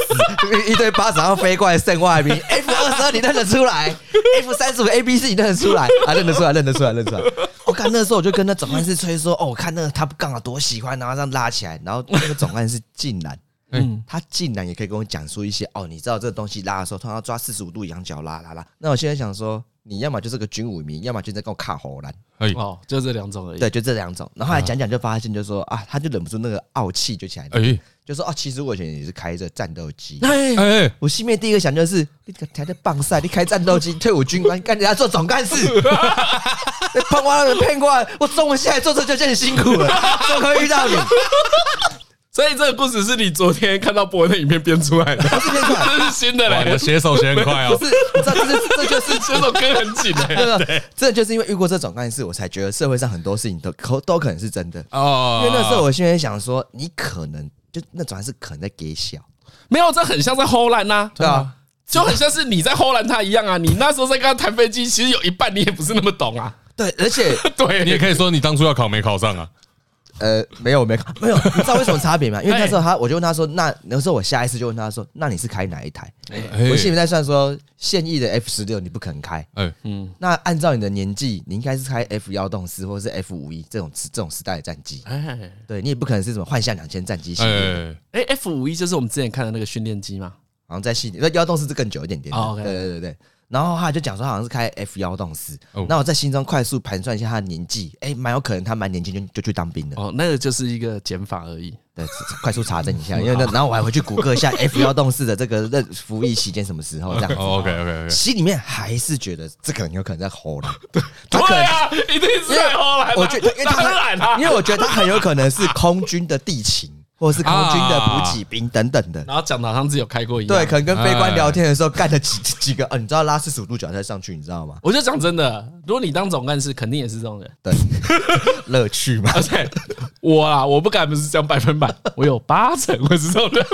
C: 一一堆巴掌要飞过来，圣外兵 F 二十二你认得出来，F 三十五 A B C 你认得出来啊，认得出来，认得出来，认得出来。我看那时候我就跟那总干事吹说，哦，我看那个他刚好多喜欢，然后这样拉起来，然后那个总干事竟然，嗯，他竟然也可以跟我讲述一些哦，你知道这个东西拉的时候，通常要抓四十五度仰角拉拉拉。那我现在想说，你要么就是个军武迷，要么就在跟我卡喉兰。
B: 哎
A: 哦，就这两种而已。
C: 对，就嗯这两种。然后后来讲讲就发现，就说啊，他就忍不住那个傲气就起来了，
B: 哎
C: 就说啊，其实我以前也是开着战斗机。
A: 哎，
B: 哎，
C: 我心里面第一个想就是，你这个还在棒赛，你开战斗 机，退伍军官干人家做总干事， 被碰过来骗过来，我中午下来做这就很辛 苦了，怎么会遇到你？
A: 所以这个故事是你昨天看到博恩的影片编出来 的，
C: 不是骗过来，
A: 这是新的
B: 哇，你
A: 嘞
B: 的，写手写 很快哦
C: 不。是，你知道这是这 就是
A: 这首歌很紧嘞。
C: 那个，这就是因为遇过这种干事，我才觉得社会上很多事情都可都可能是真的，因
B: 哦
C: 为那时候我心里面想说，你可能就那种还是可能在给小，
A: 没有，这很像在后烂呐。
C: 对啊，
A: 就很像是你在后兰他一样啊。你那时候在跟他谈飞机，其实有一半你也不是那么懂啊。
C: 对，而且
A: 对，
B: 你也可以说你当初要考没考上啊，
C: 呃，没有没有没有，你知道为什么差别吗？因为那时候他，我就问他说，那那时候我下一次就问他说，那你是开哪一台？
B: 哎
C: 我心里面在算说，现役的 F 十六你不肯开，
B: 哎，
A: 嗯
C: 那按照你的年纪，你应该是开 F 幺洞四或者是 F 五一这种这种时代的战机，
A: 哎
C: 对你也不可能是什么幻象两千战机系列，
B: 哎，
A: 哎，F 五一就是我们之前看的那个训练机嘛。
C: 好像在系列，那幺洞四是更久一点点，
A: 哦，OK
C: 对对对对。然后他就讲说好像是开 F 幺洞四
B: 哦，
C: 那我在心中快速盘算一下他的年纪，哎，蛮有可能他蛮年轻就就去当兵的，
A: 哦，那个就是一个减法而已。
C: 对，快速查证一 下，因为那然后我还回去谷歌一下 F 幺洞四的这个任服役期间什么时候这样子。
A: 哦
B: OK OK OK，
C: 心里面还是觉得这个很有可能在吼了，他可
A: 对
C: 能
A: 啊，一定是在后兰啊。
C: 我觉得，因为
A: 当然啊
C: 他
A: 啦
C: 很，因为我觉得他很有可能是空军的地勤，或者是空
A: 啊
C: 军的补给兵等等的。
A: 然后讲的好像自己有开过一样。
C: 对，可能跟飞
A: 哎
C: 官聊天的时候干了几几个，呃，你知道拉四十五度角再上去，你知道吗？
A: 我就讲真的，如果你当总干事，肯定也是这种人。
C: 对，乐趣嘛。
A: 而且我啊，我不敢不是讲百分 百，我有八成会是这种 人。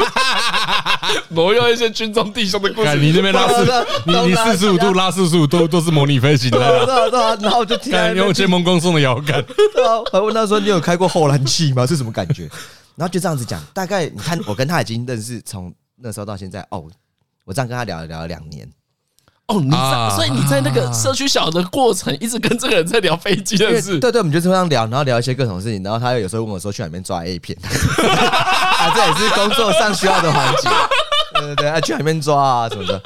A: 挪用一些军中弟兄的故
B: 看
A: 事，
B: 你那边拉
C: 我
B: 四
C: 的，
B: 你
C: 东
B: 你
C: 拉
B: 四十五度拉四十五度都是模拟飞行的
C: 对啊
B: 啦，
C: 对对，然后我就听到
B: 看你用结盟公送的摇 杆，
C: 对啊，还问他说：“你有开过后燃器吗？是什么感觉？” 然后就这样子讲，大概你看，我跟他已经认识从那时候到现在哦，我这样跟他聊了聊了两年，
A: 哦，你在，
B: 啊
A: 所以你在那个社区小的过程，一直跟这个人在聊飞机
C: 因
A: 的
C: 为
A: 事。
C: 对对，我们就是这样聊，然后聊一些各种事情，然后他有时候问我说去哪边抓 A 片， 啊，这也是工作上需要的环节，对对对，啊，去哪边抓啊什么的，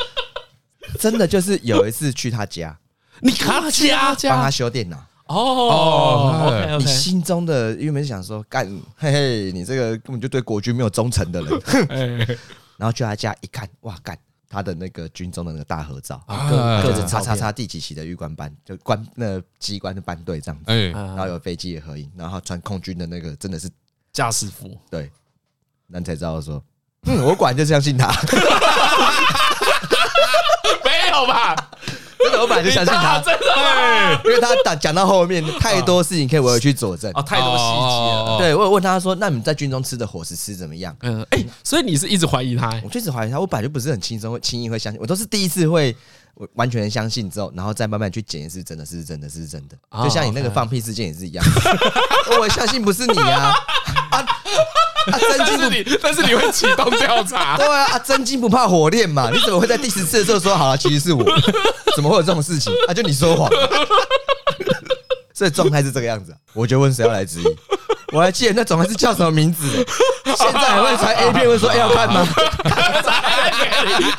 C: 真的就是有一次去他家
A: 你看家
C: 帮他
A: 家
C: 修电脑。
A: 哦，OK
C: 你
A: OK，
C: 心中的原本是想说干，嘿嘿，你这个根本就对国军没有忠诚的人， 然后去他家一看，哇干，他的那个军中的那个大合照，
B: 啊
C: 就是叉叉叉第几期的预官班，就官那机关的班队这样子，
B: 哎，
C: 然
A: 啊
C: 后有飞机的合影，然后他穿空军的那个真的是
A: 驾驶服，
C: 对，那你才知道说，嗯，我果然就相信他，
A: 没有吧？
C: 真的我本来就相信他，
A: 真的吗？
C: 因为他讲讲到后面太多事情可以我有去佐证。
A: 哦，太多细节了。
B: 哦，
C: 对，我有问他说，那你们在军中吃的伙食吃怎么样？
A: 嗯，哎，所以你是一直怀疑他？哎
C: 我确实怀疑他，我本来就不是很轻松会轻易会相信，我都是第一次会我完全相信之后，然后再慢慢去检验是真的是真的是真的，
A: 哦
C: 就像你那个
A: OK
C: 放屁事件也是一样， 我相信不是你啊，啊啊真
A: 但
C: 金
A: 是
C: 不
A: 你，但是你会启动调 查
C: 对啊啊真金不怕火炼嘛，你怎么会在第十次的时候说好了其实是我，怎么会有这种事情啊？就你说谎，所以状态是这个样子啊、我就问谁要来质疑。我还记得那总还是叫什么名字，欸现在还会传 A 片，会说、哎要看吗？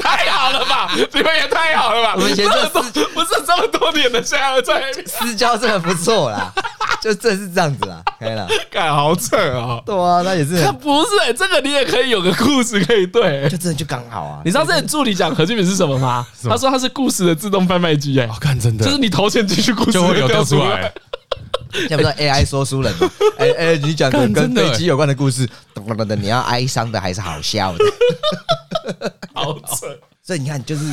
A: 太好了吧？你们也太好了吧？
C: 我们以前
A: 这么多， 不是这么多年的，现在在
C: 私交真的不错啦， 就真的是这样子啦，可以啦。
A: 干，好扯哦。
C: 对啊，那也是很，
A: 看，不是、欸这个你也可以有个故事可以对、
C: 就真的就刚好啊
A: 你。知道这助理讲何俊敏是什么吗？他说他是故事的自动贩卖机、哎
B: 哦，看真
A: 就是
B: 的
A: 你投钱进去，故事
B: 就会有
A: 掉
B: 掉出来。。
C: 要不然 AI 说书 人嘛，哎哎，你讲个
B: 干
C: 跟
B: 真的
C: 飞机有关的故事，等等等等，你要哀伤的还是好 笑的？
A: 好扯，
C: 所以你看，就是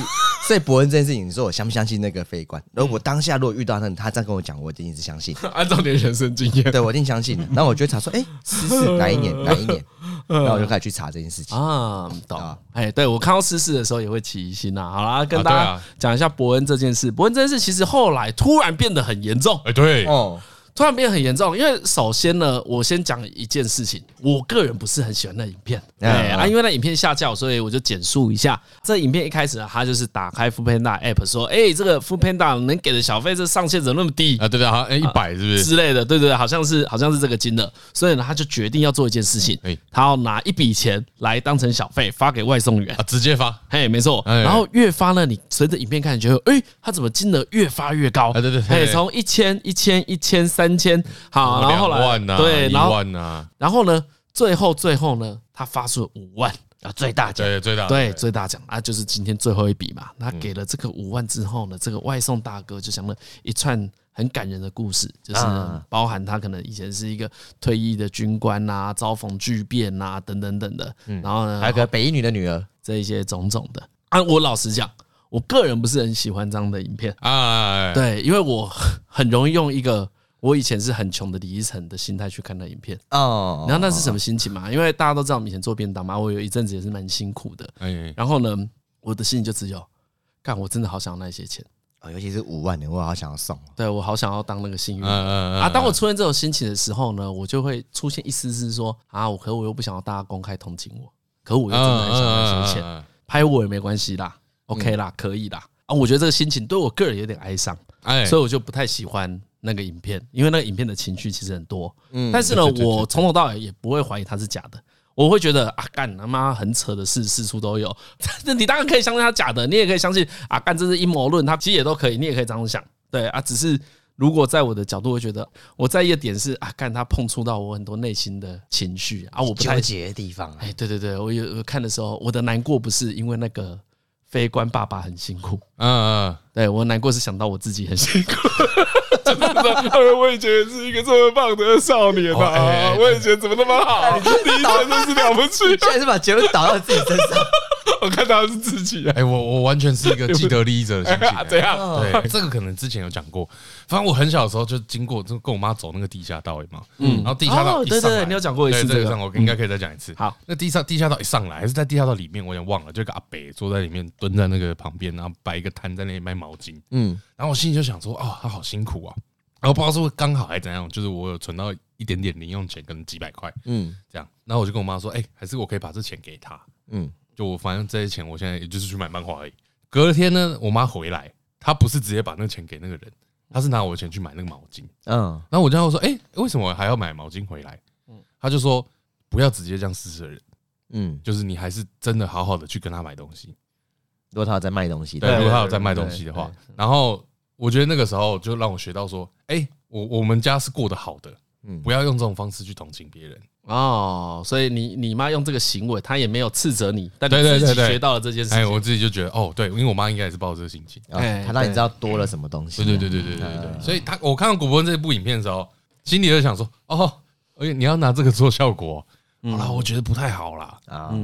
C: 所以伯恩这件事情，你说我相不相信那个飞官？然后我当下如果遇到那个他这样跟我讲，我一定是相 信，
A: 按照你的人生经验
C: 对我一定相信的。然后我就查说，哎，是是哪一年哪一年？然后我就开始去查这件事情。
A: 啊，懂
C: 啊。
A: 哎，对我看到失事的时候也会起疑心呐、好啦，跟
B: 啊
A: 大
B: 对
A: 家
B: 啊
A: 讲一下伯恩这件事。伯恩这件事其实后来突然变得很严重，
B: 哎，对，
C: 哦，
A: 突然变得很严重，因为首先呢，我先讲一件事情，我个人不是很喜欢那影片，
C: 嗯
A: 哎啊，
C: 嗯
A: 因为那影片下架我，所以我就简述一下。这影片一开始呢，他就是打开 f o o Panda App 说，哎，这个 f o o Panda 能给的小费这上限怎么那么低？
B: 啊，对对，好像一百是不是？
A: 之类的，对对对，好像是好像是这个金额，所以呢，他就决定要做一件事情
B: 哎，
A: 他要拿一笔钱来当成小费发给外送员
B: 啊，。直接发啊，
A: 嘿，没错。
B: 哎
A: 然后越发呢，你随着影片看，你觉得，哎，它怎么金额越发越高？
B: 哎对对对
A: 嘿，从一千、一千、一千、三千，好，然后后
B: 两
A: 来
B: 万呐，
A: 对，
B: 一
A: 然后
B: 万啊呐，
A: 然后呢，最后最后呢，他发出了五万啊，最大奖。
B: 对，最大
A: 对，最大奖啊，就是今天最后一笔嘛。那给了这个五万之后呢，这个外送大哥就讲了一串很感人的故事，就是
C: 啊
A: 包含他可能以前是一个退役的军官呐、遭逢巨变呐、等等等的。
B: 嗯
A: 然后呢，
C: 还有个北一女的女儿，
A: 这一些种种的。啊，我老实讲，我个人不是很喜欢这样的影片，
B: 啊，哎
A: 对，因为我很容易用一个我以前是很穷的李依晨的心态去看那影片。
C: 哦
A: 你知道那是什么心情吗？因为大家都知道我们以前做便当嘛，我有一阵子也是蛮辛苦的。
B: 哎，
A: 然后呢，我的心里就只有，干，我真的好想要那些钱，
C: 哦，尤其是五万的，我好想要送。哦
A: 对我好想要当那个幸运
B: 嗯
A: 儿。
B: 嗯嗯
A: 啊，当我出现这种心情的时候呢，我就会出现一丝丝说啊，我可我又不想要大家公开同情我，可我又真的很想要那些钱，
B: 钱
A: 拍我也没关系
C: 嗯
A: 啦，OK 啦，可以啦。啊，我觉得这个心情对我个人有点哀伤，
B: 哎，
A: 所以我就不太喜欢那个影片，因为那个影片的情绪其实很多。
C: 嗯
A: 但是呢，我从头到尾也不会怀疑它是假的。我会觉得啊，干他妈很扯的事四处都有。 那你当然可以相信他假的，你也可以相信啊，干这是阴谋论，他其实也都可以，你也可以这样想。对啊，只是如果在我的角度，会觉得我在意的点是啊，干他碰触到我很多内心的情绪啊，我不太
C: 纠结的地方啊，
A: 哎，对对对，我有我看的时候，我的难过不是因为那个非官爸爸很辛苦，
B: 嗯嗯，
A: 对我难过是想到我自己很辛 苦。
B: 哎，我以前也是一个这么棒的少年
A: 哦哎哎哎哎
B: 啊，我以前怎么那么好，你以前真是了不 起。
C: 现在是把结论导到自己身 上。
B: 我看到的是自己、哎、我我完全是一个既得利益者的心 情、这样
C: 哦
B: 对，这个可能之前有讲过。反正我很小的时候就经过，就跟我妈走那个地下道嘛，嗯，然后地下道
A: 哦
B: 一上
A: 对
B: 来
A: 对对你有讲过一次
B: 对这
A: 这
B: 个
A: 个
B: 上我应该可以再讲一次。
A: 好，
B: 那地上地下道一上来，还是在地下道里面，我有点忘了，就有个阿北坐在里面蹲在那个旁边，然后摆一个摊在那里卖毛巾，
C: 嗯，
B: 然后我心里就想说，哦，他好辛苦啊。然后不知道是不是刚好还怎样，就是我有存到一点点零用钱跟几百块
C: 嗯
B: 这样，然后我就跟我妈说，哎、还是我可以把这钱给他，
C: 嗯，
B: 就我反正这些钱，我现在也就是去买漫画而已。隔天呢，我妈回来，她不是直接把那个钱给那个人，她是拿我的钱去买那个毛巾。
C: 嗯，
B: 然后我就跟她说：“哎、为什么还要买毛巾回来？”她就说：“不要直接这样施舍人，
C: 嗯，
B: 就是你还是真的好好的去跟他买东西。
C: 如果他有在卖东西，
B: 对，
A: 对
B: 如果他有在卖东西的话
C: 对。
B: 然后我觉得那个时候就让我学到说，哎、我我们家是过得好的，
C: 嗯
B: 不要用这种方式去同情别人。
A: 哦，所以你你妈用这个行为，她也没有斥责你，但你
B: 对对
A: 自己
B: 对对
A: 学到了这件事
B: 哎，
A: 情。
B: 我自己就觉得，哦，对，因为我妈应该也是抱着这个心情。
C: 啊他让你知道多了什么东西。啊
B: 对对对对对对对对，所以他我看到古文这部影片的时候，心里就想说，哦，而且你要拿这个做效果，好啦，我觉得不太好啦，
C: 啊，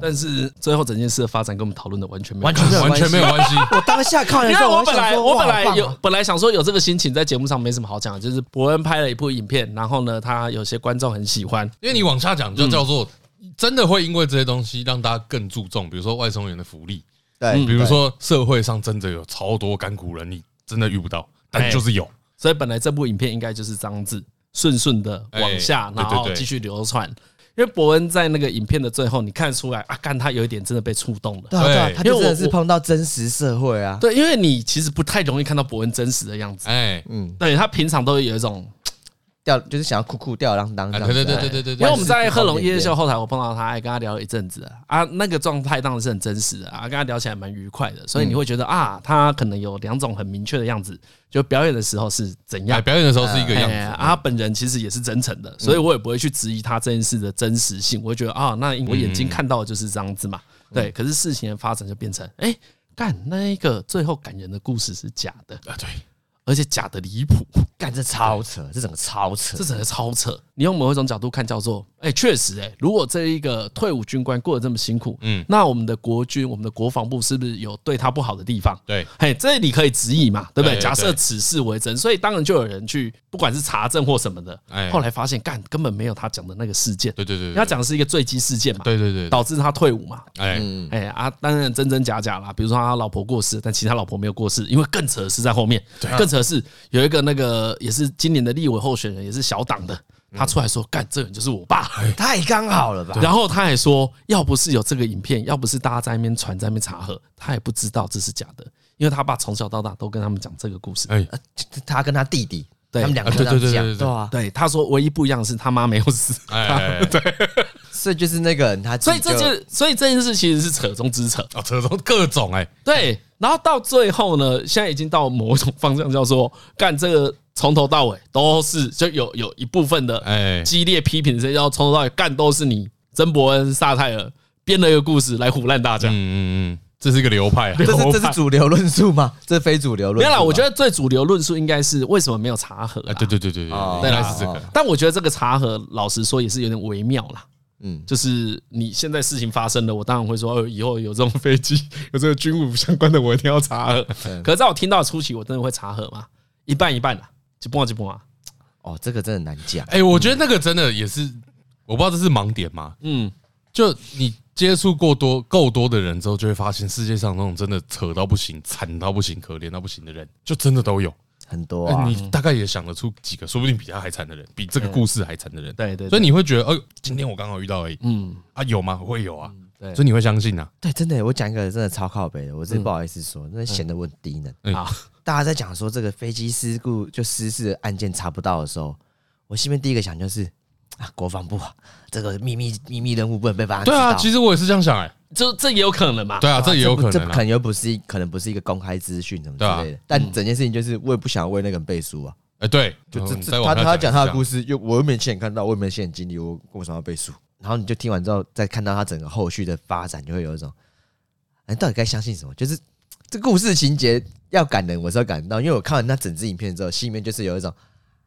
A: 但是最后整件事的发展跟我们讨论的完全没有
C: 完全没有
B: 完全没有关系。
C: 我当下看完
A: 你
C: 之
A: 看，
C: 后，
A: 我
C: 就
A: 本
C: 想
A: 来
C: 说
A: 我
C: 哇
A: 本来
C: 好棒啊
A: 有本来想说有这个心情，在节目上没什么好讲，的，就是伯恩拍了一部影片，然后呢，他有些观众很喜欢，
B: 因为你往下
C: 嗯
B: 讲，就叫做真的会因为这些东西让大家更注重，比如说外送员的福利，
C: 对，
A: 嗯
B: 比如说社会上真的有超多甘苦人，你真的遇不到，
C: 哎
B: 但就是有。
A: 所以本来这部影片应该就是这样子顺顺的往下
B: 哎，对
A: 然后
B: 对对
A: 继续流传。因为伯恩在那个影片的最后，你看得出来啊，干他有一点真的被触动了。
C: 对啊对啊，
B: 对
C: 他就
A: 因为
C: 真的
A: 我
C: 是碰到真实社会啊。
A: 对，因为你其实不太容易看到伯恩真实的样子，
B: 哎，
C: 嗯，
A: 对他平常都会有一种
C: 掉就是想要酷酷吊儿郎当这
B: 啊
C: 样子
B: 对
C: 啊。
B: 对对对对
A: 因
B: 对，
A: 为我们在
C: 不同
A: 贺龙
C: 点
A: 夜夜
C: 点
A: 秀后台，我碰到他，还跟他聊了一阵子啊，那个状态当然是很真实的啊，跟他聊起来蛮愉快的，所以你会觉得
B: 嗯
A: 啊，他可能有两种很明确的样子，就表演的时候是怎
B: 哎
A: 样。
B: 表演的时候是一个样
A: 哎
B: 子，嗯
A: 啊，他本人其实也是真诚的，所以我也不会去质疑他这件事的真实性。我会觉得啊，那我眼睛看到的就是这样子嘛，
B: 嗯
A: 对。可是事情的发展就变成，哎，干那一个最后感人的故事是假的，
C: 哎
B: 啊对，
A: 而且假的离谱，
C: 干这超扯，这整个超扯
A: 这。真的超扯。你用某一种角度看，叫做，哎、确实、哎，如果这一个退伍军官过得这么辛苦，嗯
B: 嗯，
A: 那我们的国军、我们的国防部是不是有对他不好的地方？
B: 对，
A: 嘿，这你可以质疑嘛，对不对？
B: 对对
A: 假设此事为真，所以当然就有人去，不管是查证或什么的
B: 哎，
A: 后来发现，干根本没有他讲的那个事件，
B: 对对对，对哎
A: 他，讲的是一个坠机事件嘛，
B: 对对对，对
A: 导致他退伍嘛，
B: 哎，
C: 嗯
A: 哎啊，当然真真假假啦。比如说他老婆过世，但其他老婆没有过世，因为更扯的是在后面，更扯的是有一个那个也是今年的立委候选人，也是小党的，他出来说干这个人就是我爸，
C: 太刚好了吧？
A: 然后他还说要不是有这个影片，要不是大家在那边传在那边查核，他也不知道这是假的，因为他爸从小到大都跟他们讲这个故事。
B: 哎，
C: 呃他跟他弟弟，
A: 对
C: 他们两个
B: 啊
C: 都
B: 对
C: 这样
B: 对对
C: 讲
B: 对对
C: 对啊，
A: 对，他说唯一不一样的是他妈没有死，
B: 哎 哎，哎对，
C: 所以就是那个人他自
A: 所以
C: 己就，
A: 这就 所以这件事其实是扯中之扯。
B: 哦，扯中各种哎，
A: 对，然后到最后呢，现在已经到某一种方向，叫做干这个从头到尾都是，就有有一部分的
B: 哎
A: 激烈批评声，要从头到尾干都是你曾伯恩、萨泰尔编了一个故事来唬烂大家。
B: 嗯嗯嗯，这是一个流派啊，
C: 这是这
B: 流派
C: 是主流论述吗？这是非主流论
A: 没
C: 述
A: 有
C: 吗？
A: 啦，我觉得最主流论述应该是为什么没有查核啦
B: 啊，对对对对对，
C: 哦
B: 应该是这
C: 对
B: 个
C: 啦，
A: 但我觉得这个查核，老实说也是有点微妙啦。
C: 嗯
A: 就是你现在事情发生了，我当然会说，哦，以后有这种飞机， 有这个军务相关的，我一定要查 核。可是在我听到的初期，我真的会查核吗？一半一半啦，一半一半啊。
C: 哦，这个真的难讲。
B: 哎，我觉得那个真的也是，我不知道这是盲点吗？
A: 嗯，
B: 就你接触过多够多的人之后，就会发现世界上那种真的扯到不行、惨到不行、可怜到不行的人，就真的都有。
C: 很多
B: 哎
C: 啊，
B: 你大概也想得出几个，说不定比他还惨的人，比
C: 嗯
B: 这个故事还惨的人。
A: 对对，
B: 所以
A: 你
B: 你会觉得，呃，今天我刚好遇到而已
A: 嗯，
B: 啊，有吗？会有啊，
C: 嗯
A: 对
B: 所以你会相信啊。
C: 对，真的耶，我讲一个真的超靠北的，我真的不好意思说，那显得我很低能。
B: 嗯
A: 好
C: 大家在讲说这个飞机事故就失事的案件查不到的时候，我心里面第一个想就是啊，国防部啊，这个秘密秘密任务不能被发现。
B: 对啊，其实我也是这样想哎、
A: 这这也有可能嘛？
B: 对啊，这也有可
C: 啊这
B: 能
C: 不可
B: 啊。
C: 能又不是一可能不是一个公开资讯什么之
B: 对啊
C: 类的，但整件事情就是我也不想为那个人背书啊。
B: 哎，对，
C: 就这
B: 嗯
C: 这他他讲他的故
B: 事，
C: 事，又我又没亲眼看到，我也没亲眼经历，我我为什么要背书？然后你就听完之后，再看到他整个后续的发展，就会有一种，哎，到底该相信什么？就是这故事情节要感人，我是要感人到，因为我看完那整支影片之后，心里面就是有一种，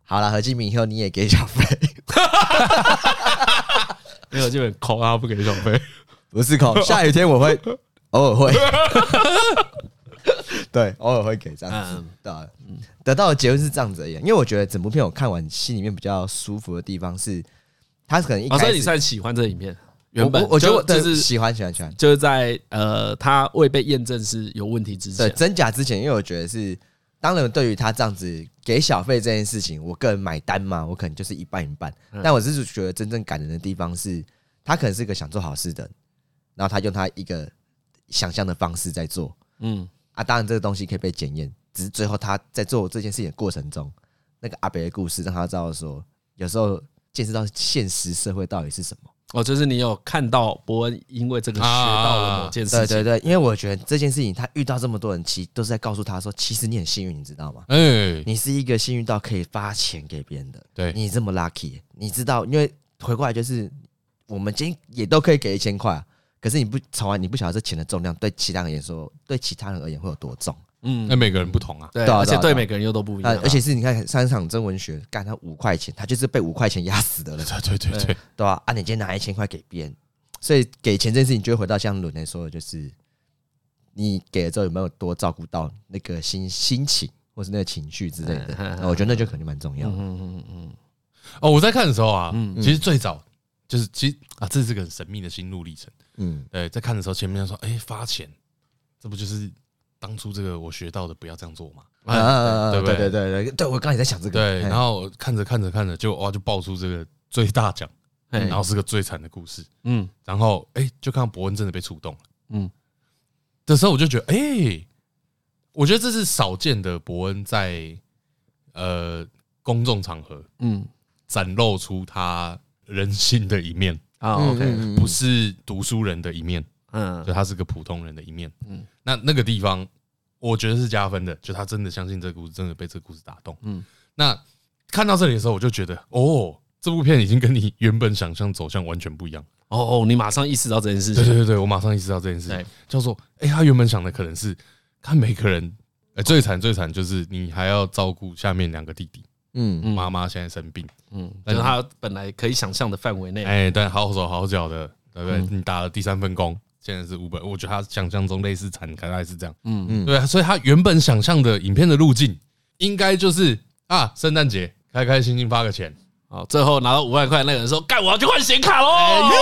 C: 好了，何敬明以后你也给小费，
A: 没有，基本扣啊，不给小费。
C: 不是口，下雨天 我会偶尔会， 对，偶尔会给这样子
A: 嗯。
C: 对啊，得到的结论是这样子而已。啊因为我觉得整部片我看完，心里面比较舒服的地方是，他可能 一
A: 哦，所
C: 开
A: 以你
C: 始。
A: 算喜欢这个影片？
C: 我
A: 原本
C: 我我觉得我
A: 就
C: 对
A: 就是
C: 喜欢喜欢喜欢。
A: 就是在呃，他未被验证是有问题之
C: 对
A: 前，
C: 真假之前，因为我觉得是，当然对于他这样子给小费这件事情，我个人买单嘛，我可能就是一半一半。但我是觉得真正感人的地方是，他可能是个想做好事的人，然后他用他一个想象的方式在做
A: 嗯，
C: 啊。当然这个东西可以被检验，只是最后他在做这件事情的过程中，那个阿北的故事让他知道说，有时候见识到现实社会到底是什么。
A: 哦，就是你有看到伯恩因为这个学到了某件事
C: 对
A: 情，
C: 啊对对，因为我觉得这件事情，他遇到这么多人，其实都是在告诉他说，其实你很幸运，你知道吗？
B: 哎，
C: 你是一个幸运到可以发钱给别人的，
B: 对
C: 你这么 lucky，你知道？因为回过来就是，我们今天也都可以给一千块啊，可是你不从来你不晓得这钱的重量对其他人而言说，对其他人而言会有多重。
A: 嗯
B: 那，每个人不同啊。
A: 对，
C: 对啊
A: 而且
C: 对
A: 对
C: 啊
A: 每个人又都不一样
C: 那
A: 啊，
C: 而且是你看商场真文学，干他五块钱，他就是被五块钱压死的了，
B: 对对对对，
C: 对吧、啊？你今天拿一千块给别人，所以给钱这件事情就会回到像伦来说的，就是你给了之后有没有多照顾到那个心心情或是那个情绪之类 的？那我觉得那就肯定蛮重要的。
A: 嗯嗯嗯
B: 哦，我在看的时候啊，
A: 嗯
B: 其实最早就是其实啊，这是个很神秘的心路历程。
C: 嗯，
B: 对，在看的时候，前面说，哎，发钱，这不就是当初这个我学到的，不要这样做嘛。
C: 啊，
B: 哎
C: 对
B: 对不对
C: 对对对，对我刚才也在想这个，哎
B: 对，
C: 嘿
B: 然后我看着看着看着，就哇，就爆出这个最大奖，
A: 嘿
B: 然后是个最惨的故事。
A: 嗯
B: 然后哎、就看到伯恩真的被触动了。
A: 嗯
B: 嗯，的时候我就觉得，哎、我觉得这是少见的伯恩在呃公众场合
A: 嗯，
B: 展露出他人性的一面，
A: 啊
C: 嗯
A: OK，
C: 嗯嗯
B: 不是读书人的一面，就
A: 嗯
B: 他是个普通人的一面。
A: 嗯
B: 嗯，那那个地方我觉得是加分的，就他真的相信这个故事，真的被这个故事打动。
A: 嗯
B: 嗯，那看到这里的时候，我就觉得，哦，这部片已经跟你原本想象走向完全不一样。
A: 哦哦，你马上意识到这件事
B: 对对
A: 情，
B: 对对，我马上意识到这件事
A: 对
B: 情，叫做哎、他原本想的可能是看每个人，呃，最惨最惨就是你还要照顾下面两个弟弟，
C: 嗯，
A: 嗯
B: 妈妈现在生病，
A: 嗯，就
B: 对
A: 是他本来可以想象的范围内，
B: 哎、但好手好脚的，对不对？
A: 嗯
B: 你打了第三份工，现在是五本，我觉得他想象中类似惨，大概是这样，嗯嗯，
C: 嗯
B: 对啊，所以他原本想象的影片的路径应该就是啊，圣诞节开开心心发个钱，
A: 好，哦最后拿到五万块那个人说：“干，我要去换显卡喽！”
C: 哎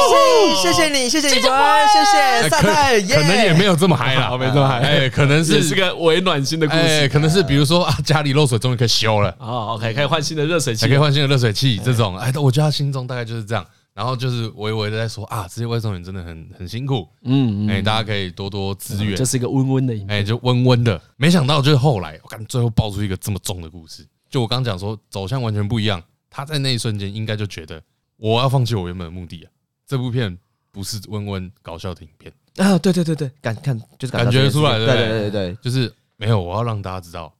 C: 谢谢你，谢谢你，关，谢谢
B: 哎
C: 萨
B: 可
C: 泰，
B: 可能也没有这么嗨啦，
A: 没这么嗨
B: 哎，可能
A: 这
B: 是
A: 是个为暖心的故
B: 哎，
A: 事。
B: 可能是比如说啊，家里漏水终于可以修了。
A: 哦，OK，可以换新的热水器
B: 才可。以换新的热水
A: 嗯
B: 器这种。哎，但我觉得他心中大概就是这样，然后就是微微的在说啊，这些外送员真的很很辛苦，
A: 嗯，
B: 哎，大家可以多多支援
A: 这，是一个温温的影片。
B: 哎，就温温的。没想到就是后来，我看最后爆出一个这么重的故事，就我刚讲说走向完全不一样，他在那一瞬间应该就觉得我要放弃我原本的目的啊，这部片不是温温搞笑的影片，
C: 啊，对对对对，感看就是
B: 感觉出来
C: 对
B: 对不对
C: 对对对对，
B: 就是没有，我要让大家知道，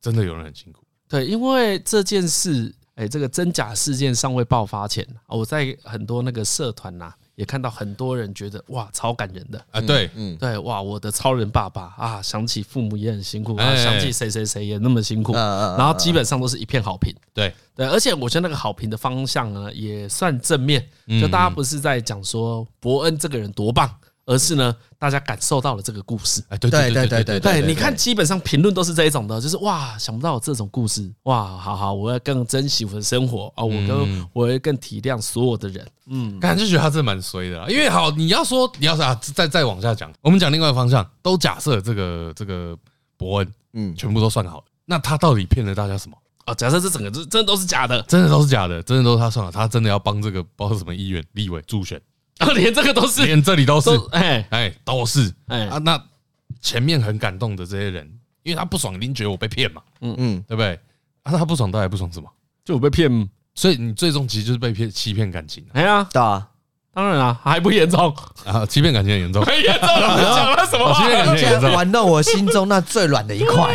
B: 真的有人很辛苦。
A: 对，因为这件事，哎，这个真假事件尚未爆发前，啊我在很多那个社团呐，也看到很多人觉得哇，超感人的。
B: 啊，对，
C: 嗯，
A: 对，哇，我的超人爸爸啊，想起父母也很辛苦啊，
B: 哎
A: 想起谁谁谁也那么辛苦，
C: 嗯
A: 然后基本上都是一片好评。
B: 对，
A: 对，而且我觉得那个好评的方向呢，也算正面，
B: 嗯
A: 就大家不是在讲说伯恩这个人多棒，而是呢，大家感受到了这个故事。
B: 哎，对
C: 对对
B: 对对
C: 对
B: 对
A: 对，
C: 对
A: 你看，基本上评论都是这一种的，就是哇，想不到有这种故事，哇，好好，我要更珍惜我的生活啊，我更
B: 嗯
A: 我会更体谅所有的人，嗯，
B: 感觉觉得他真的蛮衰的啦，啊因为好，你要说你要是啊，再再往下讲，我们讲另外一个方向，都假设这个这个伯恩
C: 嗯，
B: 全部都算好了，那他到底骗了大家什么？
A: 哦，假设这整个这真的都是假的，
B: 真的都是假的，真的都是他算好，他真的要帮这个不知道什么议员、立委 助选，
A: 啊，连这个都是
B: 连这里都是，
A: 都哎
B: 哎，都是啊。
A: 哎，
B: 那前面很感动的这些人，因为他不爽，一定觉得我被骗嘛，
C: 嗯，
B: 对不对？啊，他不爽，到底不爽什么？
A: 就我被骗，
B: 所以你最终其实就是被骗、欺骗感情
A: 哎呀，
C: 对啊，
A: 当然啦，还不严重，
B: 啊，欺骗感情很严重，
A: 很严重了，讲了什么
B: 哦欺
A: 话？
B: 骗感
C: 竟
B: 情很严
C: 然
B: 重。
C: 玩弄我心中那最软的一块，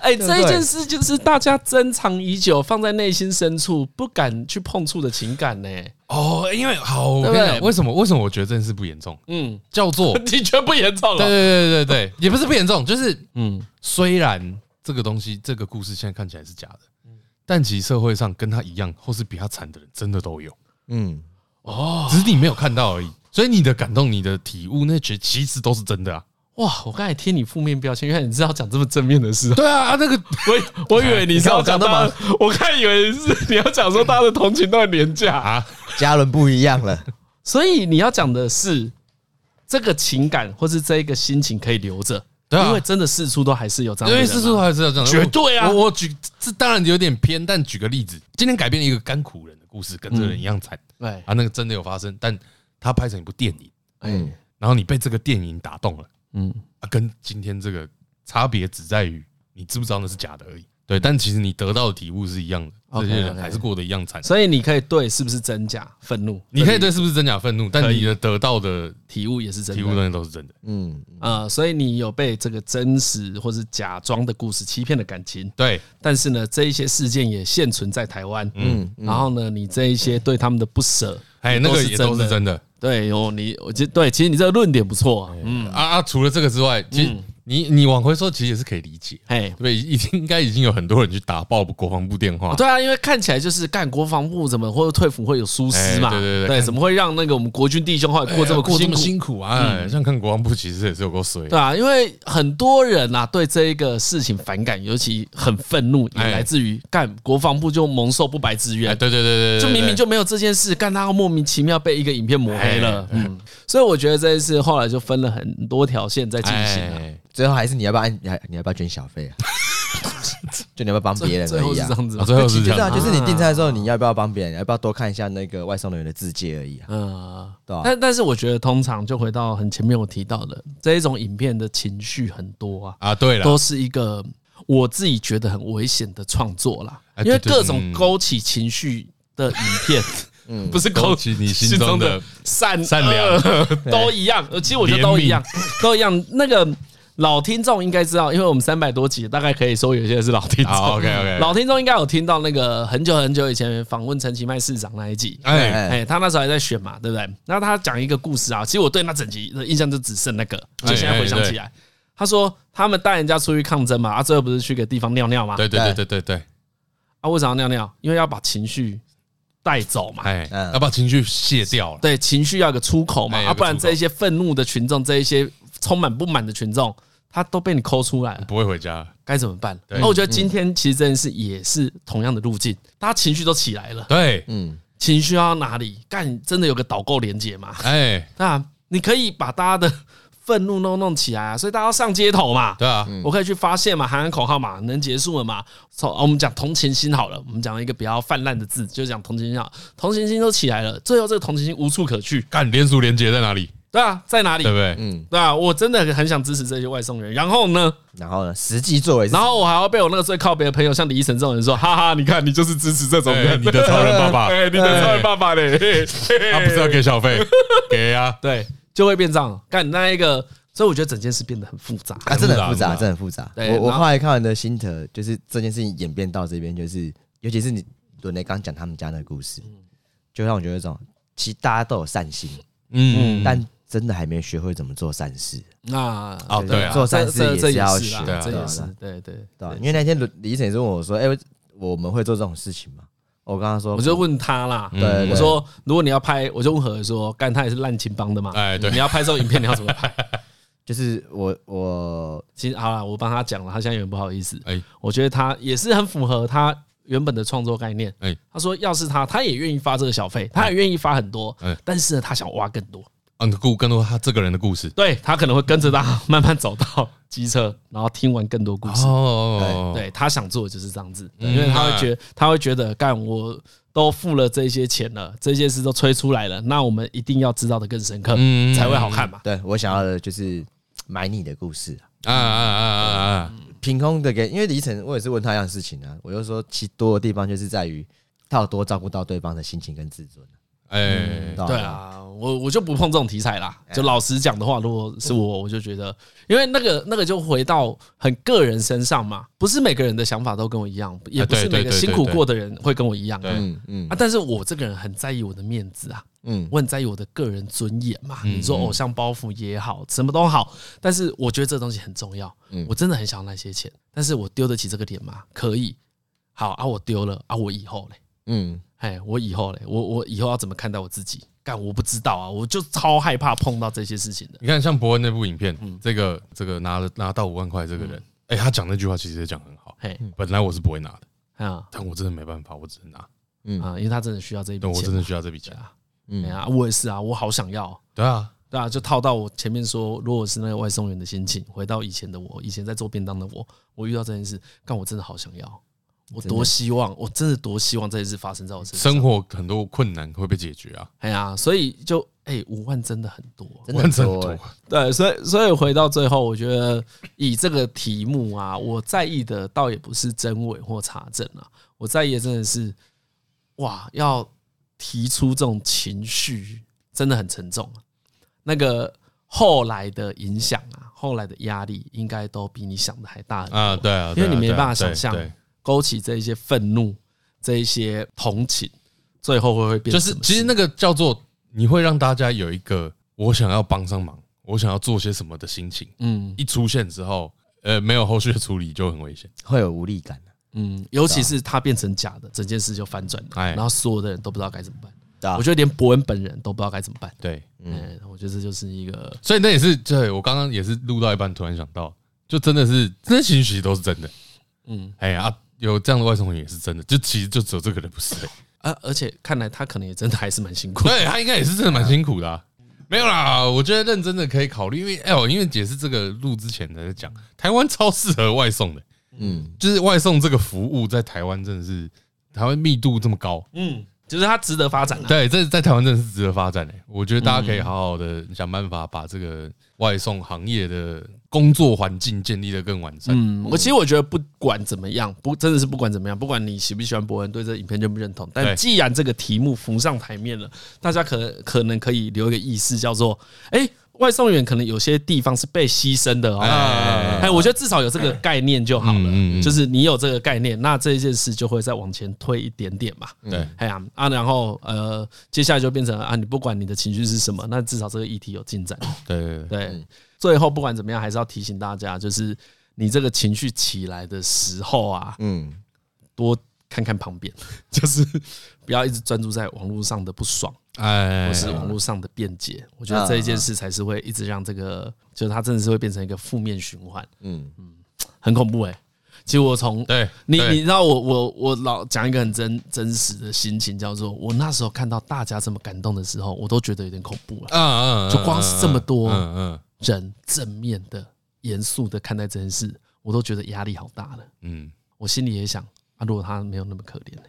A: 哎，
C: 对
A: 这一件事就是大家珍藏已久，放在内心深处不敢去碰触的情感呢，
B: 哦，因为好，我
A: 对
B: 跟
A: 不
B: 你
A: 对
B: 讲，为什么？为什么我觉得这件事不严重？
A: 嗯，
B: 叫做对
A: 的确不严重
B: 对
A: 了，
B: 对对对，也不是不严重，就是
A: 嗯，
B: 虽然这个东西，这个故事现在看起来是假的，
A: 嗯
B: 但其实社会上跟他一样或是比他惨的人真的都有，
C: 嗯，
B: 只是你没有看到而已。所以你的感动、你的体悟，那觉其实都是真的啊。
A: 哇，我刚才贴你负面标签，原来你知道讲这么正面的 事啊。
B: 对啊，啊那个
A: 我我以为你是要讲大家，我看以为是你要讲说大家的同情都很廉价，
B: 啊，
C: 嘉伦不一样了，
A: 所以你要讲的是这个情感或是这一个心情可以留着，
B: 对啊
A: 因为真的四处都还是有这样
B: 因
A: 的人
B: 为
A: 啊，
B: 是说还是要这样，
A: 绝对啊
B: 我我我举这当然有点偏，但举个例子，今天改编了一个甘苦人的故事，跟这个人一样惨
A: 嗯对，
B: 啊，那个真的有发生，但他拍成一部电影，
C: 嗯，
B: 然后你被这个电影打动了。
A: 嗯，
B: 啊，跟今天这个差别只在于你知不知道那是假的而已。对，但其实你得到的体悟是一样的，这
A: OK，
B: 些人
A: OK
B: 还是过得一样惨。
A: 所以你可以对是不是真假愤怒，
B: 你可以对是不是真假愤怒，但你的得到的
A: 体悟也是真
B: 体悟
A: 的，
B: 东西都是真的。
C: 嗯，
A: 呃，所以你有被这个真实或是假装的故事欺骗的感情，
B: 对，
A: 但是呢，这一些事件也现存在台湾，嗯，然后呢，你这一些对他们的不舍，
B: 哎，那个也都
A: 的
B: 是真的。
A: 对哦，你我觉得对，其实你这个论点不错、啊，嗯，
B: 啊啊，除了这个之外，其实你你往回说，其实也是可以理解。啊
A: 哎，
B: 对，已经应该已经有很多人去打爆国防部电话。
A: 对啊，因为看起来就是干国防部怎么或者退辅会有疏失嘛，
B: 哎对对对
A: 对，
B: 看
A: 怎么会让那个我们国军弟兄后来过这么
B: 过这么
A: 苦？
B: 哎
A: 嗯
B: 辛苦啊！哎像看国防部其实也是有够衰的。
A: 对啊，因为很多人呐、啊、对这一个事情反感，尤其很愤怒，也
B: 哎
A: 来自于干国防部就蒙受不白之
B: 哎，
A: 冤，
B: 对对对对对，
A: 啊就明明
B: 对
A: 就没有这件事，干他莫名其妙被一个影片抹黑
B: 哎
A: 了，嗯，所以我觉得这一次后来就分了很多条线在进行啊。
B: 哎
C: 最后还是你要不要按，你还你要不要捐小费啊？ 就你要不要帮别 人
A: 最
C: 而
A: 后
C: 已
A: 是
C: 啊
A: 这？样子
B: 啊
A: 吗，
B: 最后
C: 就是
B: 这
C: 是啊，
B: 样子。
C: 就是你订餐的时候，你要不要帮别人？要不要多看一下那个外送人员的字界而已啊？
A: 嗯，
C: 对啊
A: 但但是我觉得，通常就回到很前面我提到的，这一种影片的情绪很多啊，
B: 啊，对了，
A: 都是一个我自己觉得很危险的创作啦，
B: 哎
A: 因为
B: 对对
A: 各种
B: 嗯
A: 勾起情绪的影片， 不是
B: 勾起你心中的
A: 善
B: 善良
A: 恶都一样，呃其实我觉得都一样，都一样。那个老听众应该知道，因为我们三百多集，大概可以说有些是老听众。
B: 好 OK，OK
A: 老听众应该有听到那个很久很久以前访问陈其迈市长那一集，
B: 哎，
A: 哎、他那时候还在选嘛，对不对？然后他讲一个故事啊，其实我对那整集的印象就只剩那个，
B: 哎
A: 就现在回想起来，他说他们带人家出去抗争嘛，啊，最后不是去个地方尿尿嘛？
B: 对对对对对对，
A: 啊，为啥要尿尿？因为要把情绪带走嘛，
B: 哎，
C: 嗯
B: 要把情绪卸掉了，
A: 对，情绪要有个出口嘛，
B: 哎
A: 啊，
B: 有个
A: 不然
B: 出口
A: 这一些愤怒的群众，这一些充满不满的群众，他都被你抠出来了，
B: 不会回家。
A: 该怎么办？
B: 嗯对嗯
A: 那我觉得今天其实这件事也是同样的路径，大家情绪都起来了，
B: 对，
C: 嗯，
A: 情绪要到哪里？干，真的有个导购连接嘛？
B: 哎，
A: 那你可以把大家的愤怒弄弄起来啊，所以大家要上街头嘛。
B: 对啊，
A: 我可以去发泄嘛，喊喊口号嘛，能结束了嘛？从啊我们讲同情心好了，我们讲一个比较泛滥的字，就讲同情心好。同情心都起来了，最后这个同情心无处可去，
B: 干连锁连接在哪里？
A: 对啊，在哪里
B: 对？不对？
A: 对啊，我真的很想支持这些外送员。然后呢，
C: 然后呢，实际作为是
A: 然后我还要被我那个最靠北的朋友，像李依晨这种人说，哈哈，你看你就是支持这种
B: 哎
A: 人，
B: 你的超人 爸爸，
A: 哎，你的超人爸爸嘞，嘿嘿嘿
B: 他不是要给 小费，给啊，
A: 对，就会变这样。干那一个，所以我觉得整件事变得很复杂。
C: 啊，真的很复
B: 复
C: 杂，
B: 杂很复杂
C: 真的很复杂。
A: 对
C: 我我
A: 然后
C: 后来看完的心得就是这件事情演变到这边，就是尤其是你伦雷刚讲他们家那个故事，
A: 嗯
C: 就让我觉得这种，其实大家都有善心，
B: 嗯，
C: 但真的还没学会怎么做善事，
A: 那
B: 哦对啊
C: 做善事
A: 这这
C: 是
A: 也
C: 要
A: 是
C: 学
A: 啦，
B: 对啊
A: 这
C: 对
A: 也
C: 啊
A: 是
C: 对啊
A: 对对
C: 对吧？因为那天伦李医生也是问我说：“哎，我们会做这种事情吗？”我跟他说，
A: 我就问他啦，
C: 对
B: 嗯
C: 对
A: 我说如果你要拍，我就问何说，干他也是烂青帮的嘛，
B: 哎对
A: 你要拍这种影片你要怎么 拍？
C: 就是我我
A: 其实好了，我帮他讲了，他现在有点不好意思。
B: 哎
A: 我觉得他也是很符合他原本的创作概念。
B: 哎
A: 他说，要是他，他也愿意发这个小费，他也愿意发很多
B: 哎，
A: 但是呢，他想挖更多。
B: 嗯，故更多他这个人的故事
A: 对他可能会跟着他慢慢走到机车，然后听完更多故事。
B: 哦，
A: 对他想做的就是这样子，
B: 嗯
A: 因为他会觉他会觉得干我都付了这些钱了，这些事都吹出来了，那我们一定要知道的更深刻，
B: 嗯
A: 才会好看嘛。
C: 对我想要的就是买你的故事，
B: 啊啊啊啊啊！
A: 嗯
C: 凭空的给，因为李晨我也是问他一样的事情啊，我就说其多的地方就是在于他有多照顾到对方的心情跟自尊，啊
B: 哎
C: 知，道吗
A: 对，啊，
B: 嗯
A: 我我就不碰这种题材啦。
B: 哎
A: 就老实讲的话，如果是我，我就觉得，因为那个那个就回到很个人身上嘛，不是每个人的想法都跟我一样，也不
B: 啊
A: 是
B: 对
A: 每
B: 对
A: 个
B: 对
A: 辛苦
B: 对
A: 过的人会跟我一样
B: 对
A: 啊。
C: 嗯嗯
A: 啊，但是我这个人很在意我的面子啊，
C: 嗯
A: 我很在意我的个人尊严嘛。
B: 嗯
A: 你说偶像包袱也好，什么都好，但是我觉得这东西很重要
C: 嗯。
A: 我真的很想要那些钱，但是我丢得起这个脸吗？可以。好啊，我丢了啊，我以后嘞。
C: 嗯，
A: 哎，我以后嘞，我我以后要怎么看待我自己？干，我不知道啊，我就超害怕碰到这些事情的。
B: 你看像伯恩那部影片，
A: 嗯
B: 这个这个拿了拿到五万块这个人，哎，他讲那句话其实也讲很好。
A: 嘿，
B: 本来我是不会拿的，
A: 啊
B: 但我真的没办法，我只能拿。
A: 啊，因为他真的需要这一
B: 对，
A: 笔
B: 我
A: 钱
B: 真
A: 嘛。
B: 的需要这笔钱。
A: 哎呀，我也是啊，我好想要。
B: 对啊，
A: 对啊，就套到我前面说，如果是那个外送员的心情，回到以前的我，以前在做便当的我，我遇到这件事，干，我真的好想要，我多希望，我真的多希望这件事发生在我身上。
B: 生活很多困难会被解决啊，
A: 哎呀，所以就哎，五万真的很多，啊
C: 真的
B: 万
C: 很
B: 很
C: 多
B: 多
C: 欸，。
A: 对，所以所以回到最后，我觉得以这个题目啊，我在意的倒也不是真伪或查证啊，我在意的真的是，哇，要提出这种情绪真的很沉重、啊，那个后来的影响啊，后来的压力应该都比你想的还大很多
B: 啊，对啊，
A: 嗯因为
B: 对啊
A: 你没
B: 对啊
A: 办法
B: 对
A: 想象
B: 对
A: 勾起这一些愤怒，这一些同情，最后会不会变成
B: 就是
A: 什么
B: 其实
A: 事
B: 那个叫做你会让大家有一个我想要帮上忙，我想要做些什么的心情，
A: 嗯
B: 一出现之后，呃，没有后续的处理就很危险。
C: 会有无力感啊的，
A: 嗯，尤其是它变成假的，整件事就翻转了，
B: 啊哎
A: 然后所有的人都不知道该怎么办。
C: 对啊
A: 我觉得连伯恩本人都不知道该怎么办。
B: 对，
A: 嗯，我觉得这就是一个
B: 所以那也是对我刚刚也是录到一半，突然想到，就真的是这些情绪其实都是真的。
A: 嗯
B: 哎呀、啊有这样的外送员也是真的，就其实就只有这个人不是、而已。
A: 啊，而且看来他可能也真的还是蛮辛苦。
B: 对他应该也是真的蛮辛苦的啊、没有啦，我觉得认真的可以考虑，因为哎呦，因为也是这个录之前在讲，台湾超适合外送的，
C: 嗯，
B: 就是外送这个服务在台湾真的是台湾密度这么高，
A: 嗯，就是他值得发展啊。
B: 对，这在台湾真的是值得发展的、我觉得大
A: 嗯
B: 家可以好好的想办法把这个外送行业的工作环境建立的更完善。
A: 嗯，我其实我觉得不管怎么样，不真的是不管怎么样，不管你喜不喜欢伯恩，对这影片认不认同，但
B: 对
A: 既然这个题目浮上台面了，大家可可能可以留一个意识，叫做哎。外送员可能有些地方是被牺牲的哦，
B: 哎
A: 哎，我觉得至少有这个概念就好
B: 嗯嗯嗯
A: 了，就是你有这个概念，那这件事就会再往前推一点点嘛。
B: 对，
A: 哎呀啊，然后呃，接下来就变成啊，你不管你的情绪是什么，那至少这个议题有进展。
B: 对对对，
A: 对，最后不管怎么样，还是要提醒大家，就是你这个情绪起来的时候啊，
C: 嗯，
A: 多看看旁边，就是不要一直专注在网络上的不爽
B: 哎，嗯
A: 或是网络上的辩解。我觉得这一件事才是会一直让这个，就是它真的是会变成一个负面循环。
C: 嗯
A: 嗯，很恐怖哎、其实我从
B: 对，
A: 你
B: 对
A: 你知道我我我老讲一个很真真实的心情，叫做我那时候看到大家这么感动的时候，我都觉得有点恐怖了。
B: 嗯嗯，嗯
A: 就光是这么多
B: 嗯嗯
A: 人正面的、严肃的看待这件事，我都觉得压力好大了。
B: 嗯
A: 我心里也想，啊，如果他没有那么可怜呢、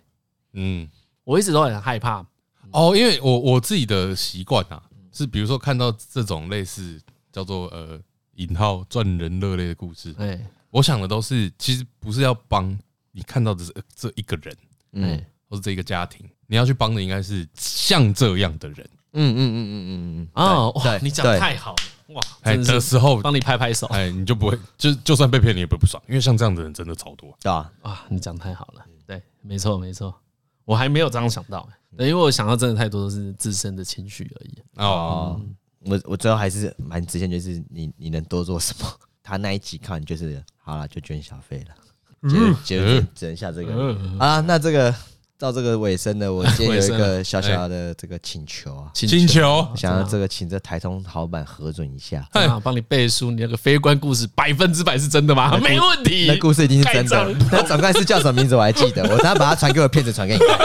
B: 嗯。
A: 我一直都很害怕。
B: 哦，因为我我自己的习惯啊，是比如说看到这种类似叫做呃引号赚人热泪的故事，
A: 哎、
B: 我想的都是其实不是要帮你看到的这这一个人，哦
A: 哎、
C: 嗯
B: 或是这一个家庭，你要去帮的应该是像这样的人。
C: 嗯嗯嗯嗯嗯嗯，
A: 哦，哇，
C: 对
A: 你讲
C: 对
A: 太好了，哇，
B: 哎，
A: 真
B: 的
A: 的是
B: 时候，
A: 帮你拍拍手
B: 哎，你就不会就就算被骗，你也不会不爽，因为像这样的人真的超多。
C: 对吧？
A: 啊！你讲太好了，对，没错没错，我还没有这样想到、欸，对因为我想到真的太多都是自身的情绪而已。
B: 哦，
C: 哦，我我最后还是蛮直线，就是你你能多做什么？ 他那一集看完
A: 嗯
C: 就是好了，就捐小费了，结结论只能下这个啊。那这个到这个尾声了，我今天
A: 尾
C: 有一
A: 声了哎
C: 个小小的这个请求啊，
B: 请求
C: 想要这个请这台通老板核准一下。
A: 真的啊帮你背书，你那个非官故事百分之百是真的吗？没问题，
C: 那故事一定是真
A: 盖
C: 的
A: 章。
C: 那总干事叫什么名字我还记得，我等下把他传给我骗子 传给你看。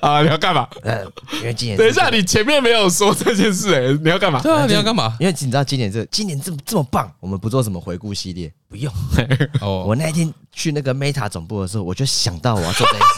A: 啊！你要干嘛？
C: 呃，因为今年
A: 等一下，你前面没有说这件事，哎，你要干嘛？
B: 对啊，你要干 嘛？
C: 因为你知道今年这今年这么这么棒，我们不做什么回顾系列，不用。
B: 哦
C: 我，那天去那个 Meta 总部的时候，我就想到我要做这件事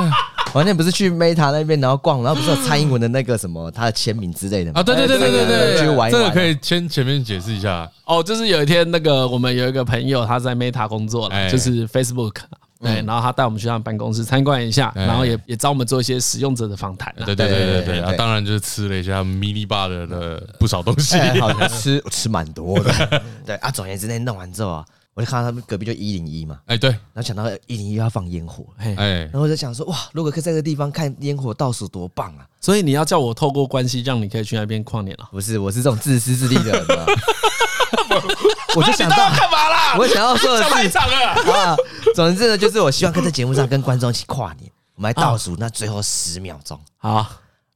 C: 情。 我那天不是去 Meta 那边，然后逛，然后不是有蔡英文的那个什么他的签名之类的吗
B: 啊，？对对对对对 对，
C: 去玩一玩啊
B: 这个可以先前面解释一下，
A: 哦，就是有一天那个我们有一个朋友他在 Meta 工作了，
B: 哎
A: 就是 Facebook。对，然后他带我们去他们办公室参观一下，
B: 哎
A: 然后也也找我们做一些使用者的访谈啦
B: 对对对对对
C: 对
B: 对，啊，当然就是吃了一下 mini bar 的的不少东 西，
C: 哎好像吃吃蛮多的。 对啊，总而言之，那弄完之后啊，我就看到他们隔壁就一零一嘛，
B: 哎对，
C: 然后想到一零一要放烟火，
B: 哎
C: 然，后我就想说，哇，如果可以在这个地方看烟火倒数多棒啊！
A: 所以你要叫我透过关系让你可以去那边跨年了。
C: 不是，我是这种自私自利的人嘛。我就想到，
A: 干嘛啦？
C: 我想要说的
A: 讲太
C: 是
A: 长了。
C: 啊，总之呢，就是我希望可以在节目上跟观众一起跨年，我们来倒数那最后十秒钟，
A: 好，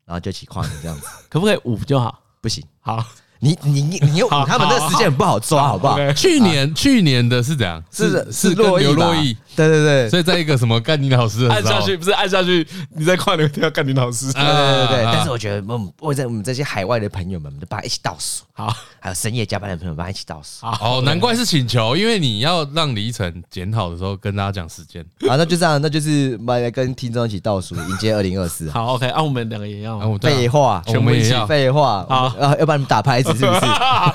C: 然后就一起跨年这样子。
A: 可不可以五就好？
C: 不行，
A: 好，
C: 你你你你又
A: 好
C: 他们那个时间很不好抓，好不好？
B: 去年去年的是怎样？
C: 哎是
B: 是跟
C: 洛
B: 刘
C: 毅吧
B: 洛毅，？
C: 对对对。
B: 所以在一个什么干你老师的
A: 按
B: 时
A: 下
B: 候
A: 去不是按下去，你在跨年一定要干你老师。
C: 对对对对，
B: 啊
C: 但是我觉得我们我在我们这些海外的朋友们，我们就帮他一起倒数，
A: 好，
C: 还有深夜加班的朋友帮他一起倒数。
B: 哦，难怪是请求，因为你要让李依晨检讨的时候跟大家讲时间。
C: 好，那就这样，那就是我们来跟听众一起倒数，迎接二零二四。
A: 好，OK，啊，我们两个也要
B: 啊，
A: 吗。
B: 我对啊
C: 废话，
B: 我们也要
C: 废话
A: 好
C: 啊，要不然你们打拍子是 不是？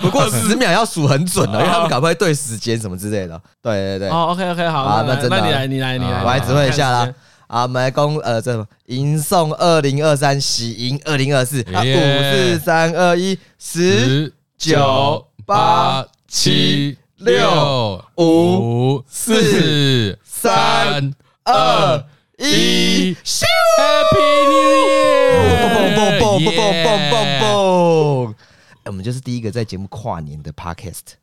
C: 不过十秒要数很准的，哦因为他们搞不好会对时间什么之类的。对对对，
A: 哦，OK OK，好
C: 好，
A: 那
C: 那真的
A: 那你来，你来，你来，
C: 我来指挥一下
A: 看
C: 啦
A: 时间。
C: 啊，我们来公呃，这什么迎送二零二三，喜迎二零二四，啊，五
B: 耶
C: 四三二一，十
B: 十
C: 九八
B: 七
C: 六
B: 五四
C: 三二一，咻！
B: ，Happy New Year！
C: 蹦蹦蹦蹦蹦蹦蹦
B: Yeah！
C: 蹦！哎我们就是第一个在节目跨年的 podcast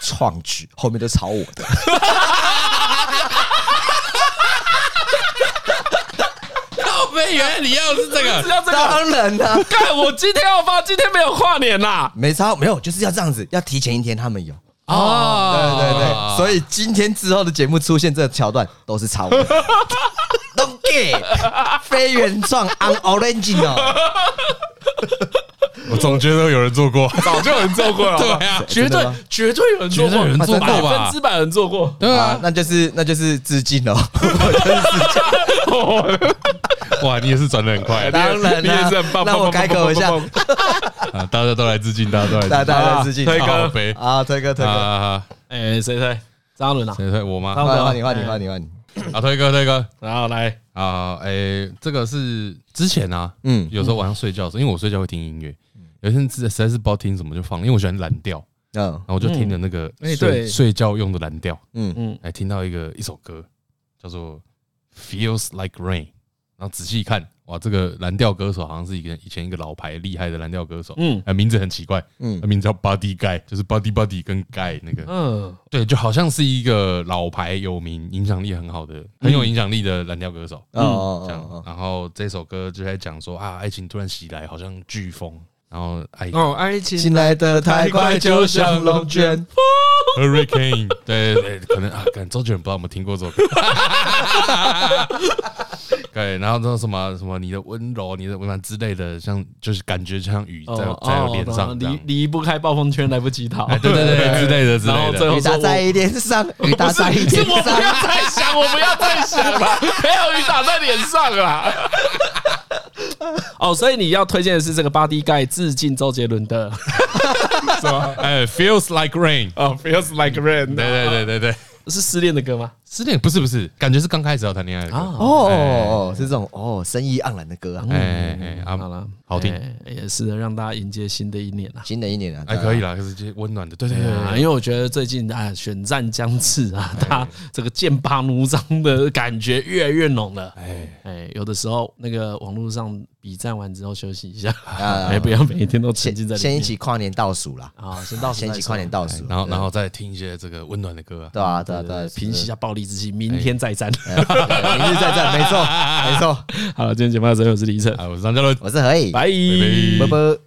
C: 创举，后面都抄我的。
B: 靠背，哎原来你要的是这
A: 是啊
B: 个，
A: 要这个。
C: 当然啦、
A: 干，我今天要发，今天没有跨年啦。
C: 没差，没有，就是要这样子，要提前一天他们有。对
A: 啊
B: 哦
C: 对对，所以今天之后的节目出现这个桥段都 是抄的。Don't get 非原创 on original，
B: 我总觉得有人做 过，
A: 早就有人做过了，
B: 对啊
A: 好不好绝
C: 真的
A: 对
C: 吗
A: 绝对有人做
B: 绝
A: 过，
B: 对有人做过吧
A: 百分之百有人做过。
B: 对啊，
C: 那就是那就是致敬 哦。
B: 哇，你也是转的很快
C: 当然
A: 你也
C: 啦
A: 是很棒，
C: 让我
A: 棒棒
C: 改口
A: 棒
C: 一下
A: 棒，棒
B: 啊！大家都来致敬，大家都来致
C: 大
B: 敬，
C: 大家致敬
A: 推
B: 靠
A: 哥，
B: 背啊
C: 啊，推哥推哥，
B: 啊！
A: 哎，谁谁？张嘉伦啊，
B: 谁推我吗？
A: 张
C: 换
A: 伦啊
C: 换你换你换你换你，
B: 啊，推哥推哥
A: 然后来，
B: 啊！哎，这个是之前啊，
C: 嗯
B: 有时候晚上睡觉的时候，因为我睡觉会听音乐，有些人实在是不知道听什么就放，因为我喜欢蓝调，
C: 嗯
B: 然后我就听了那个
A: 嗯哎
B: 睡
A: 对
B: 睡觉用的蓝调，
C: 嗯
A: 嗯，
B: 哎，听到一个一首歌叫做《Feels Like Rain》，然后仔细一看，哇，这个蓝调歌手好像是一个以前一个老牌厉害的蓝调歌手，
A: 嗯
B: 呃，名字很奇怪，
C: 嗯
B: 他名字叫 Body Guy，就是 Body Body 跟 Guy 那个，
A: 嗯，
B: 对，就好像是一个老牌有名、影响力很好的、
A: 嗯
B: 很有影响力的蓝调歌手。
C: 哦
B: 这样
C: 哦，哦
B: 然后这首歌就在讲说啊，爱情突然袭来，好像飓风，然后爱
A: 哦，爱
C: 哦
A: 情
C: 醒来的太快，就像龙卷。
B: Hurricane，对对对，可能啊，可能周杰伦不知道有没有听过这首歌。 对，然后那什么什么，你的温柔，你的温暖之类的，像就是感觉像雨在
A: 哦
B: 在
A: 哦
B: 我脸上
A: 离
B: 这样，
A: 离不开暴风圈，来不及逃。
B: 哎，对对对，之类的之
A: 然后
B: 类
A: 最
B: 的。
A: 后
C: 雨
A: 说
C: 打在
A: 我。
C: 脸上，雨打在
A: 不是，
C: 脸
A: 是我不
C: 上。
A: 要再想，我不要再想了，没有雨打在脸上啊 啦。哦，所以你要推荐的是这个 Body Guy 致敬周杰伦的
B: 哎，feels like rain，
A: 哦，Feels Like Rain，
B: 对对对对对，
A: 是失恋的歌吗？
B: 失恋不是不是，感觉是刚开始要谈恋爱的歌。
A: 啊，
C: 哦哦，哦是这种哦，生意盎然的歌啊。
B: 哎哎啊，
A: 嗯好了，
B: 好听
A: 哎也是的，让大家迎接新的一年啦。
C: 新的一年啊，
B: 哎
C: 对啊
B: 可以啦，就是这些温暖的，对对
A: 对啊，因
B: 对
A: 为我觉得最近啊，选战将至啊，他这个剑拔弩张的感觉越来越浓了。哎哎，有的时候那个网络上比战完之后休息一下，
C: 啊
A: 哎，不要每一天都沉浸在
C: 先
A: 里
C: 先一
A: 面。
C: 起跨年倒数啦，
A: 啊，先到
C: 先一起跨年倒数哎
B: 对，，然后然后再听一些这个温暖的歌啊，
C: 对啊，对啊，对啊，
A: 平息一
C: 是
A: 下暴理之气，明天再战。
C: 哎对明日再战，没错，没错，
A: 哎好了，今天节目到这里，我是李晨，
B: 啊哎，我是张嘉伦，
C: 我是何以，
A: 拜
B: 拜拜
C: 拜拜。